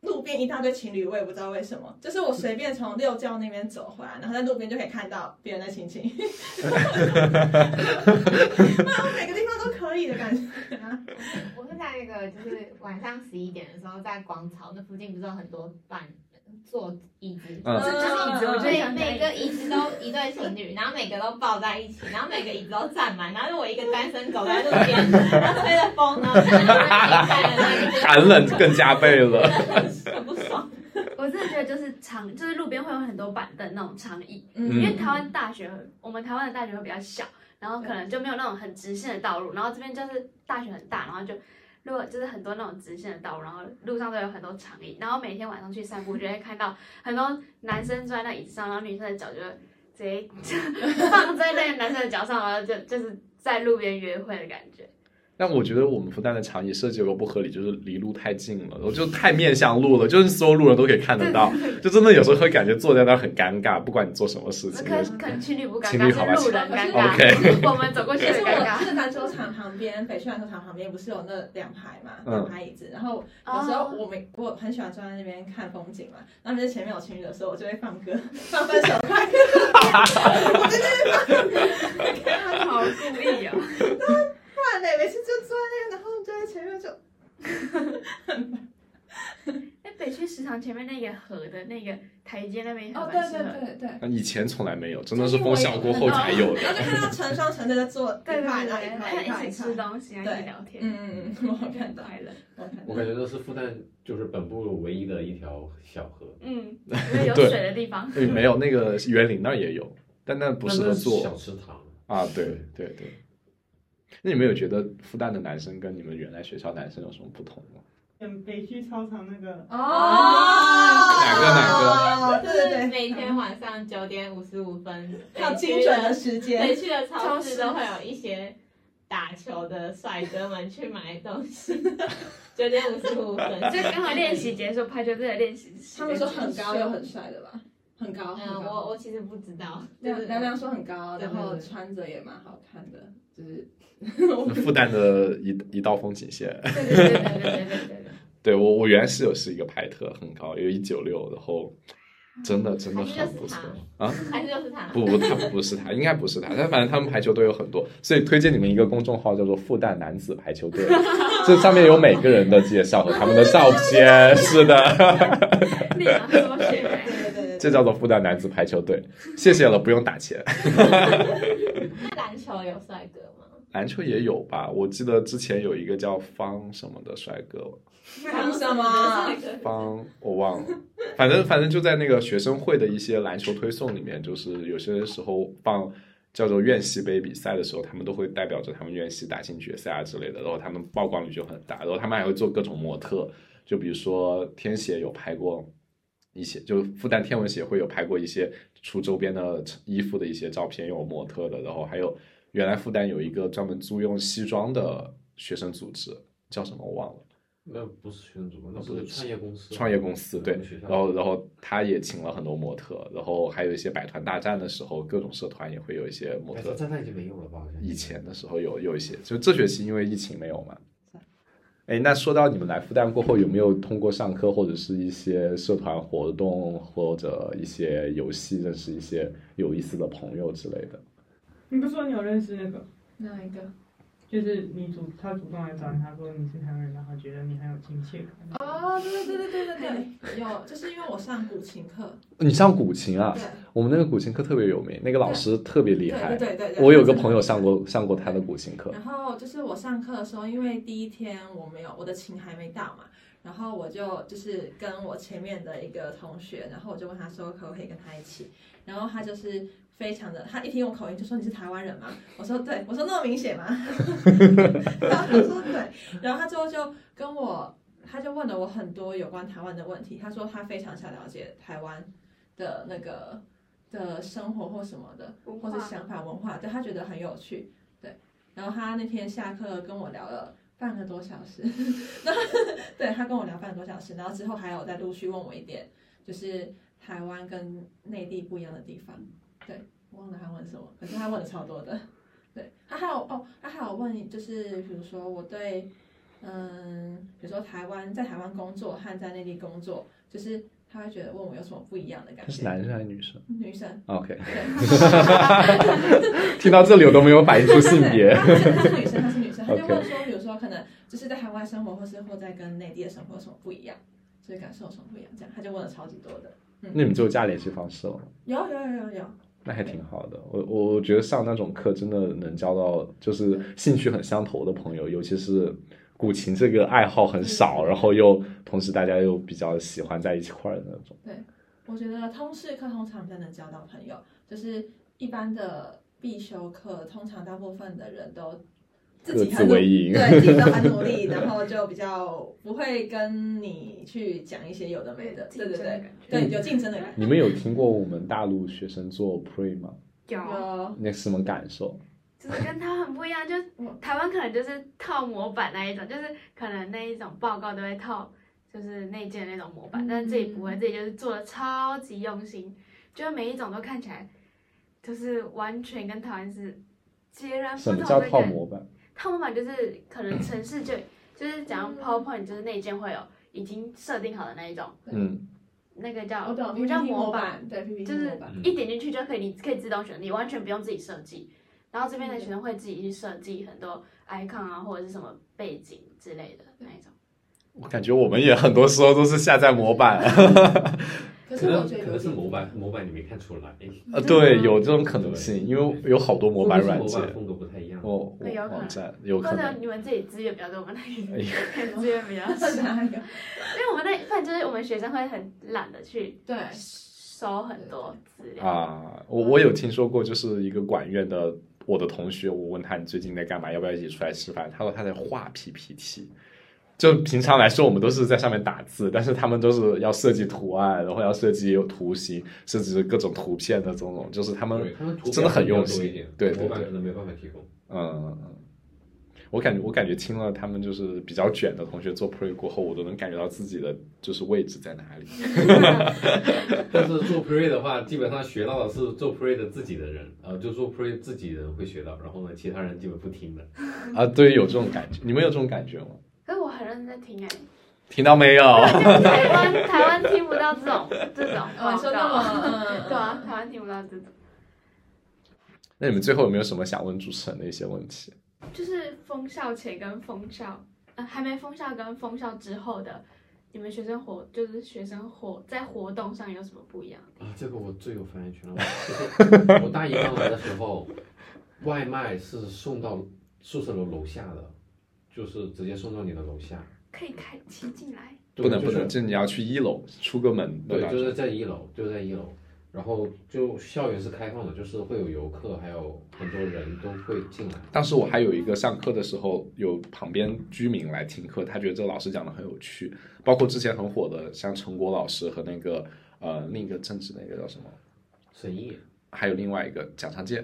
S2: 路边一大堆情侣，我也不知道为什么，就是我随便从六教那边走回来，然后在路边就可以看到别人在亲亲，那我每个地方都可以的感觉。
S8: 我是在那个就是晚上十一点的时候，在广场那附近不是有很多板坐椅子，
S5: 嗯
S1: 这张椅子我觉得
S8: 每
S1: 很
S8: 每个椅子都一对情侣，然后每个都抱在一起，然后每个椅子都站满，然后我一个单身狗在路边，然后吹着风，然后站在那里
S5: 寒冷更加倍了。
S8: 很不爽。
S1: 我真的觉得就是长，就是路边会有很多板凳那种长椅，
S5: 嗯
S1: 因为台湾大学，我们台湾的大学会比较小，然后可能就没有那种很直线的道路，然后这边就是大学很大，然后就如果就是很多那种直线的道路，然后路上都有很多长椅，然后每天晚上去散步就会看到很多男生坐在那椅子上，然后女生的脚就直接 放在那个男生的脚上，然后就就是在路边约会的感觉。
S5: 但我觉得我们复旦的长椅设计有个不合理，就是离路太近了，我就太面向路了，就是所有路人都可以看得到，就真的有时候会感觉坐在那儿很尴尬，不管你做什么事
S1: 那
S5: 情。
S1: 可可能情侣不尴
S5: 情
S1: 尬，
S5: 侣好吧
S1: 是路人尴尬
S5: OK
S1: 我们走过去
S2: 可
S1: 的
S2: 是
S1: 尴
S2: 我
S1: 尬。
S2: 就是篮球场旁边，北区篮球场旁边不是有那两排嘛，
S5: 嗯
S2: 两排椅子。然后有时候
S1: 哦
S2: 我们我很喜欢坐在那边看风景嘛，然后就是前面有情侣的时候，我就会放歌， 放分手快歌，
S1: 他好故意哦。
S2: 不然嘞，每次就坐在那，然后就在前面就
S1: 哎，北区食堂前面那个河的那个台阶那边也
S9: 哦，
S1: 很
S9: 对
S1: 蛮适合的。
S9: 对对对，
S5: 以前从来没有，真的是风向过后才有的。
S2: 然后就看到成双成对的坐一
S1: 对对
S2: 块，
S1: 对
S2: 然后一
S1: 对，
S2: 块一
S1: 还
S2: 块
S1: 一
S2: 一
S1: 起
S2: 块
S1: 吃。东西，然后一起聊天，
S2: 嗯嗯 嗯，我看到，
S1: 快乐。
S2: 我看
S6: 我
S2: 到。
S6: 感觉这是复旦就是本部唯一的一条小河，
S1: 嗯，因为有
S5: 对
S1: 水的地方。
S5: 嗯，没有那个园林那儿也有，但那不适合
S6: 那是小
S5: 坐
S6: 池塘。
S5: 啊。对对对。那你们有觉得复旦的男生跟你们原来学校男生有什么不同吗？
S4: 嗯，北区操场那个
S9: 哦，
S2: 嗯
S5: 哪个哪个？
S2: 哦，对对
S8: 就是
S2: 对，
S8: 每天晚上九点五十五分，
S2: 要精准的时间
S8: 北。区的超市都会有一些打球的帅哥们去买东西，九点五十五分，
S1: 就刚好练习结束，排球队的练习。
S2: 他们说很高又很帅的吧？很高，很
S8: 嗯，
S2: 高。
S8: 我我其实不知道，就
S2: 凉
S8: 是
S2: 凉凉说很高，
S8: 对
S2: 然
S8: 对
S2: 后
S8: 对
S2: 穿着也蛮好看的，就是
S5: 复旦的一一 道风景线。
S1: 对对对对对对对对 对。
S5: 对我，我原来室友是一个排特很高，有一九六，然后真的真的很不错啊。
S8: 还是就是他。
S5: 不不，他不是他，应该不是他，但反正他们排球队有很多，所以推荐你们一个公众号叫做“复旦男子排球队”， 这上面有每个人的介绍和他们的照片。是的，
S1: 立马说学。
S2: 对对对
S5: 这叫做复旦男子排球队。谢谢了，不用打钱。
S8: 那篮球有帅哥吗？
S5: 篮球也有吧？我记得之前有一个叫方什么的帅哥，
S2: 讲什么？
S5: 方我忘了，反正反正就在那个学生会的一些篮球推送里面，就是有些时候放叫做院系杯比赛的时候，他们都会代表着他们院系打进决赛啊之类的，然后他们曝光率就很大，然后他们还会做各种模特，就比如说天协有拍过一些，就复旦天文协会有拍过一些出周边的衣服的一些照片，有模特的，然后还有原来复旦有一个专门租用西装的学生组织，叫什么我忘了。
S6: 那不是学生主播，那不是创业公司。
S5: 创业公司对
S6: 我们学，校
S5: 然后然后他也请了很多模特，然后还有一些百团大战的时候，各种社团也会有一些模
S6: 哎
S5: 特。
S6: 站站已经没有了吧？好像
S5: 以前的时候有有一些，就这学期因为疫情没有嘛。哎，那说到你们来复旦过后，有没有通过上课或者是一些社团活动或者一些游戏认识一些有意思的朋友之类的？
S4: 你不是说你有认识那个，
S2: 哪一个？
S4: 就是你主他主动来找你，他说你是台湾人，然后觉得你很有亲切感。
S2: 哦，对对对对对对对，有，就是因为我上古琴课，
S5: 你上古琴啊
S2: 对？
S5: 我们那个古琴课特别有名，那个老师特别厉
S2: 对
S5: 害
S2: 对。对对对。
S5: 我有个朋友上。过上过他的古琴课，
S2: 然后就是我上课的时候，因为第一天我没有我的琴还没到嘛，然后我就就是跟我前面的一个同学，然后我就问他说可不可以跟他一起，然后他就是非常的，他一听我口音就说你是台湾人吗？我说对，我说那么明显吗？然后他说对，然后他最后就跟我，他就问了我很多有关台湾的问题，他说他非常想了解台湾的那个的生活或什么的，
S1: 文
S2: 或
S1: 化
S2: 是想法文化，对他觉得很有趣，对。然后他那天下课跟我聊了半个多小时， 然后对他跟我聊半个多小时，然后之后还有再陆续问我一点，就是台湾跟内地不一样的地方，对，忘了他问什么，可是他问的超多的，对，他还有哦，他还有问就是比如说我对。嗯，比如说台湾在台湾工作和在内地工作，就是他会觉得问我有什么不一样的感
S5: 他是
S2: 觉。
S5: 男生还是女生
S2: 女生，
S5: ？OK，
S2: 对，
S5: 听到这里我都没有反应出性别。
S2: 她是她是女生，她是女生，她就
S5: OK
S2: 问说，比如说可能就是在台湾生活，或是或在跟内地的生活有什么不一样，就是感受有什么不一样，这样她就问了超级多的。
S5: 那你们就加联系方式了吗？
S2: 有有有有有，
S5: 那还挺好的，我我我觉得上那种课真的能交到就是兴趣很相投的朋友，尤其是古琴这个爱好很
S2: 嗯
S5: 少，然后又同时大家又比较喜欢在一块儿的那种。
S2: 我觉得通识课通常比较能交到朋友，就是一般的必修课，通常大部分的人都自己
S5: 各
S2: 很
S5: 自为营
S2: 对自己都很努力，然后就比较不会跟你去讲一些有的没的，对对对，，对有竞争的感觉。
S5: 你们有听过我们大陆学生做 pre 吗？
S1: 有，
S2: 有
S5: 那是什么感受？
S1: 就是跟他很不一样，就是台湾可能就是套模板那一种，就是可能那一种报告都会套，就是内建那种模板，
S2: 嗯
S1: 但是自己不会，自己就是做的超级用心，就是每一种都看起来就是完全跟台湾是截然
S2: 啊
S1: 不
S5: 什
S1: 同
S5: 么
S1: 的
S5: 叫
S1: 感
S5: 套模板？
S1: 套模板就是可能城市就就是
S2: 嗯
S1: 讲 PowerPoint 就是内建会有已经设定好的那一种，
S5: 嗯，
S1: 那个叫
S2: 哦我懂，
S1: 不叫
S2: PPT
S1: 模
S2: 模
S1: 板，
S2: 板，对 PPT
S1: 就是
S2: 模板，
S6: 嗯
S1: 一点进去就可以，你可以自动选，你完全不用自己设计。然后这边
S2: 嗯
S1: 的学生会自己去设计很多 icon 啊，或者是什么背景之类的那一种。
S5: 我感觉我们也很多时候都是下载模板，
S2: 可
S6: 可
S2: 是我
S6: 能
S2: 觉得
S6: 可
S2: 有
S6: 能是
S2: 竞
S6: 模
S2: 争
S6: 板，模板你没看出来，哎
S5: 呃，对，
S6: 嗯
S5: 有这种可能性，因为有好多模板
S6: 是
S5: 软
S6: 模
S5: 件，
S6: 板风格不太一样。
S5: 哦，
S1: 对有可能
S5: 网站有
S1: 或
S5: 可
S1: 者
S5: 能。
S1: 你们自己资源比较多，我们那
S5: 哎
S1: 里
S5: 呀
S1: 资源比较少，
S2: 哪有？
S1: 因为我们那一份就是我们学生会很懒得去
S2: 对，
S1: 收很多资料。
S5: 啊，我我有听说过，就是一个管院的我的同学，我问他你最近在干嘛，要不要一起出来吃饭？他说他在画 PPT。就平常来说，我们都是在上面打字，但是他们都是要设计图案，然后要设计图形，甚至各种图片的这种，就是他们
S6: 对，他们图
S5: 真的很
S6: 表
S5: 用
S6: 比较多一
S5: 心
S6: 点
S5: 对对
S6: 模板
S5: 对
S6: 可能没办法提供。
S5: 嗯，我感觉我感觉听了他们就是比较卷的同学做 pre 过后，我都能感觉到自己的就是位置在哪里。
S6: 但是做 pre 的话，基本上学到的是做 pre 的自己的人，呃，就做 pre 自己的人会学到，然后呢，其他人基本不听的。
S5: 啊，对，有这种感觉，你们有这种感觉吗？
S1: 可是我很认真在 听哎、
S5: 听到没有？
S1: 台湾台湾听不到这种这种
S2: 哦，
S1: 报
S2: 你说那
S1: 告，
S2: 么，嗯
S1: 对啊，台湾听不到这种。
S5: 那你们最后有没有什么想问主持人的一些问题？
S1: 就是封校前跟封校，呃，还没封校跟封校之后的，你们学生活就是学生活在活动上有什么不一样？
S6: 啊，这个我最有发言权了。我 就是我大一刚来的时候，外卖是送到宿舍楼楼下的，就是直接送到你的楼下。
S1: 可以开骑进来，
S6: 对
S5: 不能
S6: 就
S5: 不
S6: 是
S5: 能，就你要去一楼出个门
S6: 对，
S5: 吧
S6: 就是在一楼，就在一楼。然后就校园是开放的，就是会有游客，还有很多人都会进来。
S5: 当时我还有一个上课的时候，有旁边居民来听课，他觉得这个老师讲的很有趣，包括之前很火的像陈果老师和那个呃另一个政治那个叫什么，
S6: 沈毅，
S5: 还有另外一个蒋长健，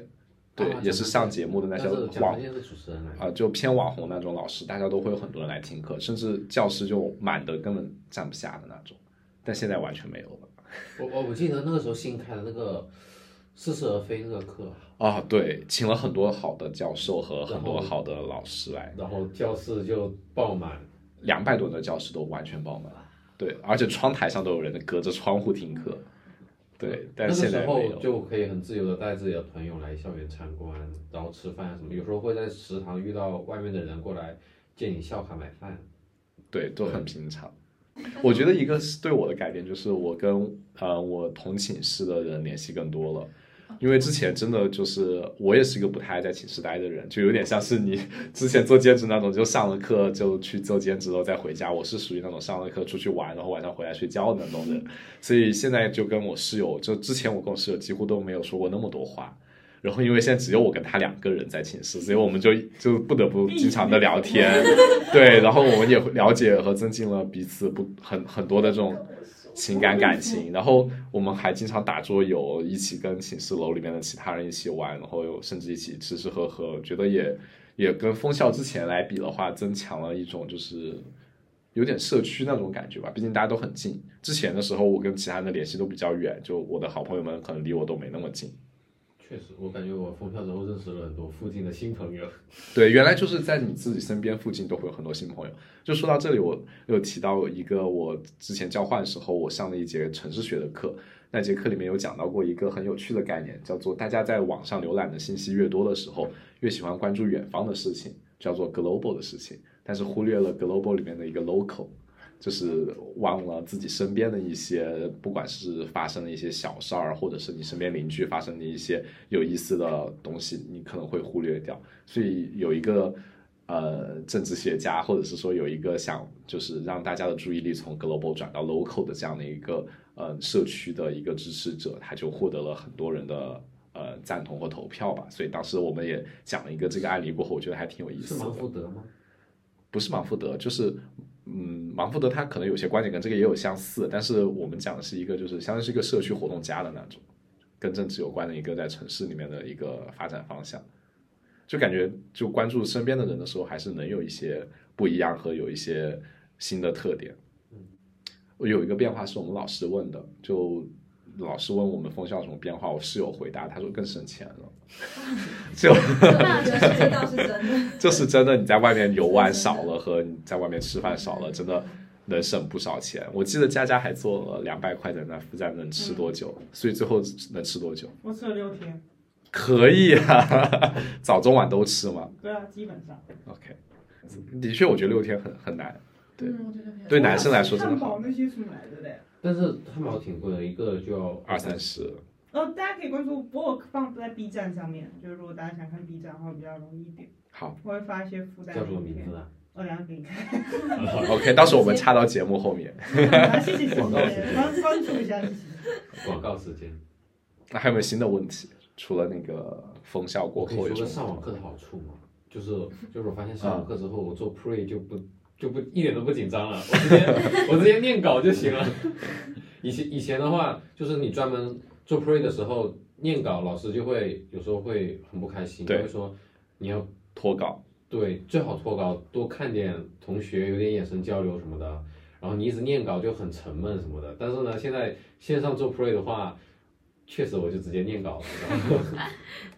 S5: 对，
S6: 啊
S5: 也是上节目的那
S6: 但
S5: 些
S6: 是蒋
S5: 网
S6: 长健是主持人来
S5: 啊、就偏网红那种老师，大家都会有很多人来听课，甚至教室就满的根本站不下的那种，但现在完全没有了。
S6: 我我我记得那个时候新开的那个似是而非那个课，
S5: 啊，对，请了很多好的教授和很多
S6: 然后
S5: 好的老师来，
S6: 然后教室就爆满，
S5: 两百多人的教室都完全爆满。对，而且窗台上都有人隔着窗户听课。对，但
S6: 那
S5: 是
S6: 个
S5: 现在
S6: 时
S5: 没
S6: 候
S5: 有。
S6: 就可以很自由的带自己的朋友来校园参观，然后吃饭什么，有时候会在食堂遇到外面的人过来借你校卡买饭。
S5: 对，都很平常。我觉得一个是对我的改变就是我跟呃我同寝室的人联系更多了，因为之前真的就是我也是一个不太爱在寝室待的人，就有点像是你之前做兼职那种，就上了课就去做兼职，然后再回家。我是属于那种上了课出去玩，然后晚上回来睡觉的那种人，所以现在就跟我室友，就之前我跟我室友几乎都没有说过那么多话。然后因为现在只有我跟他两个人在寝室，所以我们就就不得不经常的聊天，对，然后我们也会了解和增进了彼此不很很多的这种情感感情，然后我们还经常打桌游，一起跟寝室楼里面的其他人一起玩，然后又甚至一起吃吃喝喝，觉得也也跟封校之前来比的话，增强了一种就是有点社区那种感觉吧，毕竟大家都很近。之前的时候，我跟其他人的联系都比较远，就我的好朋友们可能离我都没那么近。
S6: 确实，我感觉我封校之后认识了很多附近的新朋友。
S5: 对，原来就是在你自己身边附近都会有很多新朋友。就说到这里，我有提到一个我之前交换时候我上了一节城市学的课，那节课里面有讲到过一个很有趣的概念，叫做大家在网上浏览的信息越多的时候，越喜欢关注远方的事情，叫做 global 的事情，但是忽略了 global 里面的一个 local。就是忘了自己身边的一些，不管是发生的一些小事儿，或者是你身边邻居发生的一些有意思的东西，你可能会忽略掉。所以有一个呃政治学家，或者是说有一个想就是让大家的注意力从 global 转到 local 的这样的一个呃社区的一个支持者，他就获得了很多人的呃赞同和投票吧。所以当时我们也讲了一个这个案例过后，我觉得还挺有意
S6: 是
S5: 思的。
S6: 芒福德吗？
S5: 不是芒福德，就是嗯，芒福德他可能有些观点跟这个也有相似，但是我们讲的是一个就是相当于是一个社区活动家的那种，跟政治有关的一个在城市里面的一个发展方向，就感觉就关注身边的人的时候，还是能有一些不一样和有一些新的特点。我有一个变化是我们老师问的，就老师问我们封校有什么变化，我室友回答他说更省钱了，就。
S2: 嗯
S1: 那就
S2: 这
S1: 是
S2: 倒是真的。
S5: 这是真的，你在外面游玩少了和你在外面吃饭少了，真的能省不少钱。我记得佳佳还做了两百块的那附加能吃多久，所以最后能吃多久？
S4: 我吃了六天，
S5: 可以啊，早中晚都吃嘛。
S4: 对啊，基本上。
S5: OK，的确，我觉得六天很很难。对
S2: 嗯，我觉得没有
S5: 对男生来说真的
S4: 汉
S5: 好
S4: 堡那些什么来着的？
S6: 但是汉堡挺贵的，一个就要
S5: 二三。十，
S4: 然后哦大家可以关注，不过我放在 B 站上面，就是如果大家想看 B 站的话，比较容易一点。
S5: 好
S4: 我会发一些附带
S6: 叫
S4: 的
S6: 什么
S4: 影
S6: 名
S4: 片
S6: 字，啊？
S4: 我等一下给你 看。
S5: ，OK，到时候我们插到节目后面。
S4: 好谢谢谢谢，
S6: 广告时间
S4: 关关注一下谢谢。
S6: 广告时间。
S5: 那还有没有新的问题？除了那个封校过
S6: 我可以
S5: 后
S6: 说嗯啊
S5: 有什
S6: 个
S5: 么？
S6: 上网课的好处吗？就是就是我发现上网课之后，我做 pre 就不就不一点都不紧张了，我直接我直接念稿就行了。以前以前的话，就是你专门做 pre 的时候念稿，老师就会有时候会很不开心，就
S5: 对
S6: 会说你要
S5: 脱稿，
S6: 对最好脱稿，多看点同学，有点眼神交流什么的。然后你一直念稿就很沉闷什么的。但是呢，现在线上做 pre 的话，确实我就直接念稿了。然后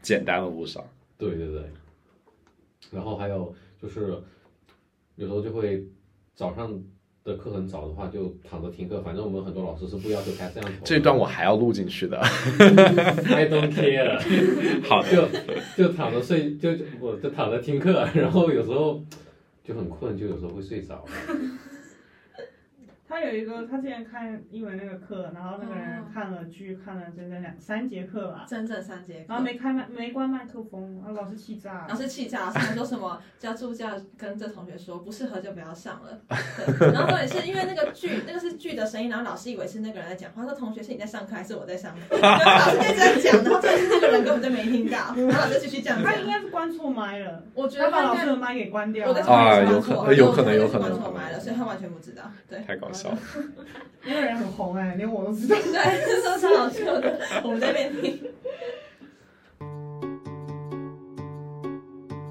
S5: 简单了不少。
S6: 对对对，然后还有就是，有时候就会早上的课很早的话，就躺着听课。反正我们很多老师是不要求开摄像头的。
S5: 这一段我还要录进去的。
S6: I don't care，
S5: 好的，
S6: 就就躺着睡，就就我就躺着听课，然后有时候就很困，就有时候会睡着。
S4: 他有一个，他之前看英文那个课，然后那个人
S2: 哦
S4: 看了剧，看了整整两三节课吧，
S2: 整整三节课
S4: 然啊后没开麦，没关麦克风，然后老师气炸
S2: 老
S4: 了。
S2: 师气炸，他说什么叫助教跟这同学说不适合就不要上了。 对，然后重点是因为那个剧，那个是剧的声音，然后老师以为是那个人在讲话，说同学是你在上课还是我在上课？ 然后老师就一直在讲，然后重点是那个人根本就没听到，然后老师继续讲
S4: 他应
S2: 讲。
S4: 该是关错麦了，
S2: 我觉
S4: 他
S2: 得
S4: 把
S2: 他
S4: 老
S2: 应
S4: 师
S2: 该
S4: 的麦给关掉
S2: 我在
S4: 了。
S2: 上面
S5: 啊
S2: 是
S5: 有可
S2: 关
S5: 能
S2: 错，
S5: 有可能有可能
S2: 关错麦了，所以他完全不知道。对
S5: 太搞笑了。
S4: 那个人很红哎，连我都知道。
S2: 对， 这都超好笑的，我们在那边听。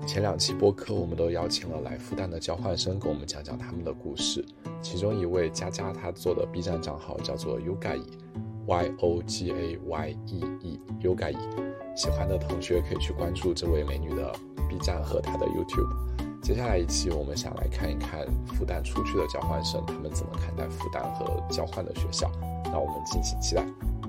S5: 前两期播客，我们都邀请了来复旦的交换生，跟我们讲讲他们的故事。其中一位佳佳，她做的 B 站账号叫做 Yogai Y O G A Y E E Yogai，喜欢的同学可以去关注这位美女的 B 站和她的 YouTube。接下来一期，我们想来看一看复旦出去的交换生，他们怎么看待复旦和交换的学校。那我们敬请期待。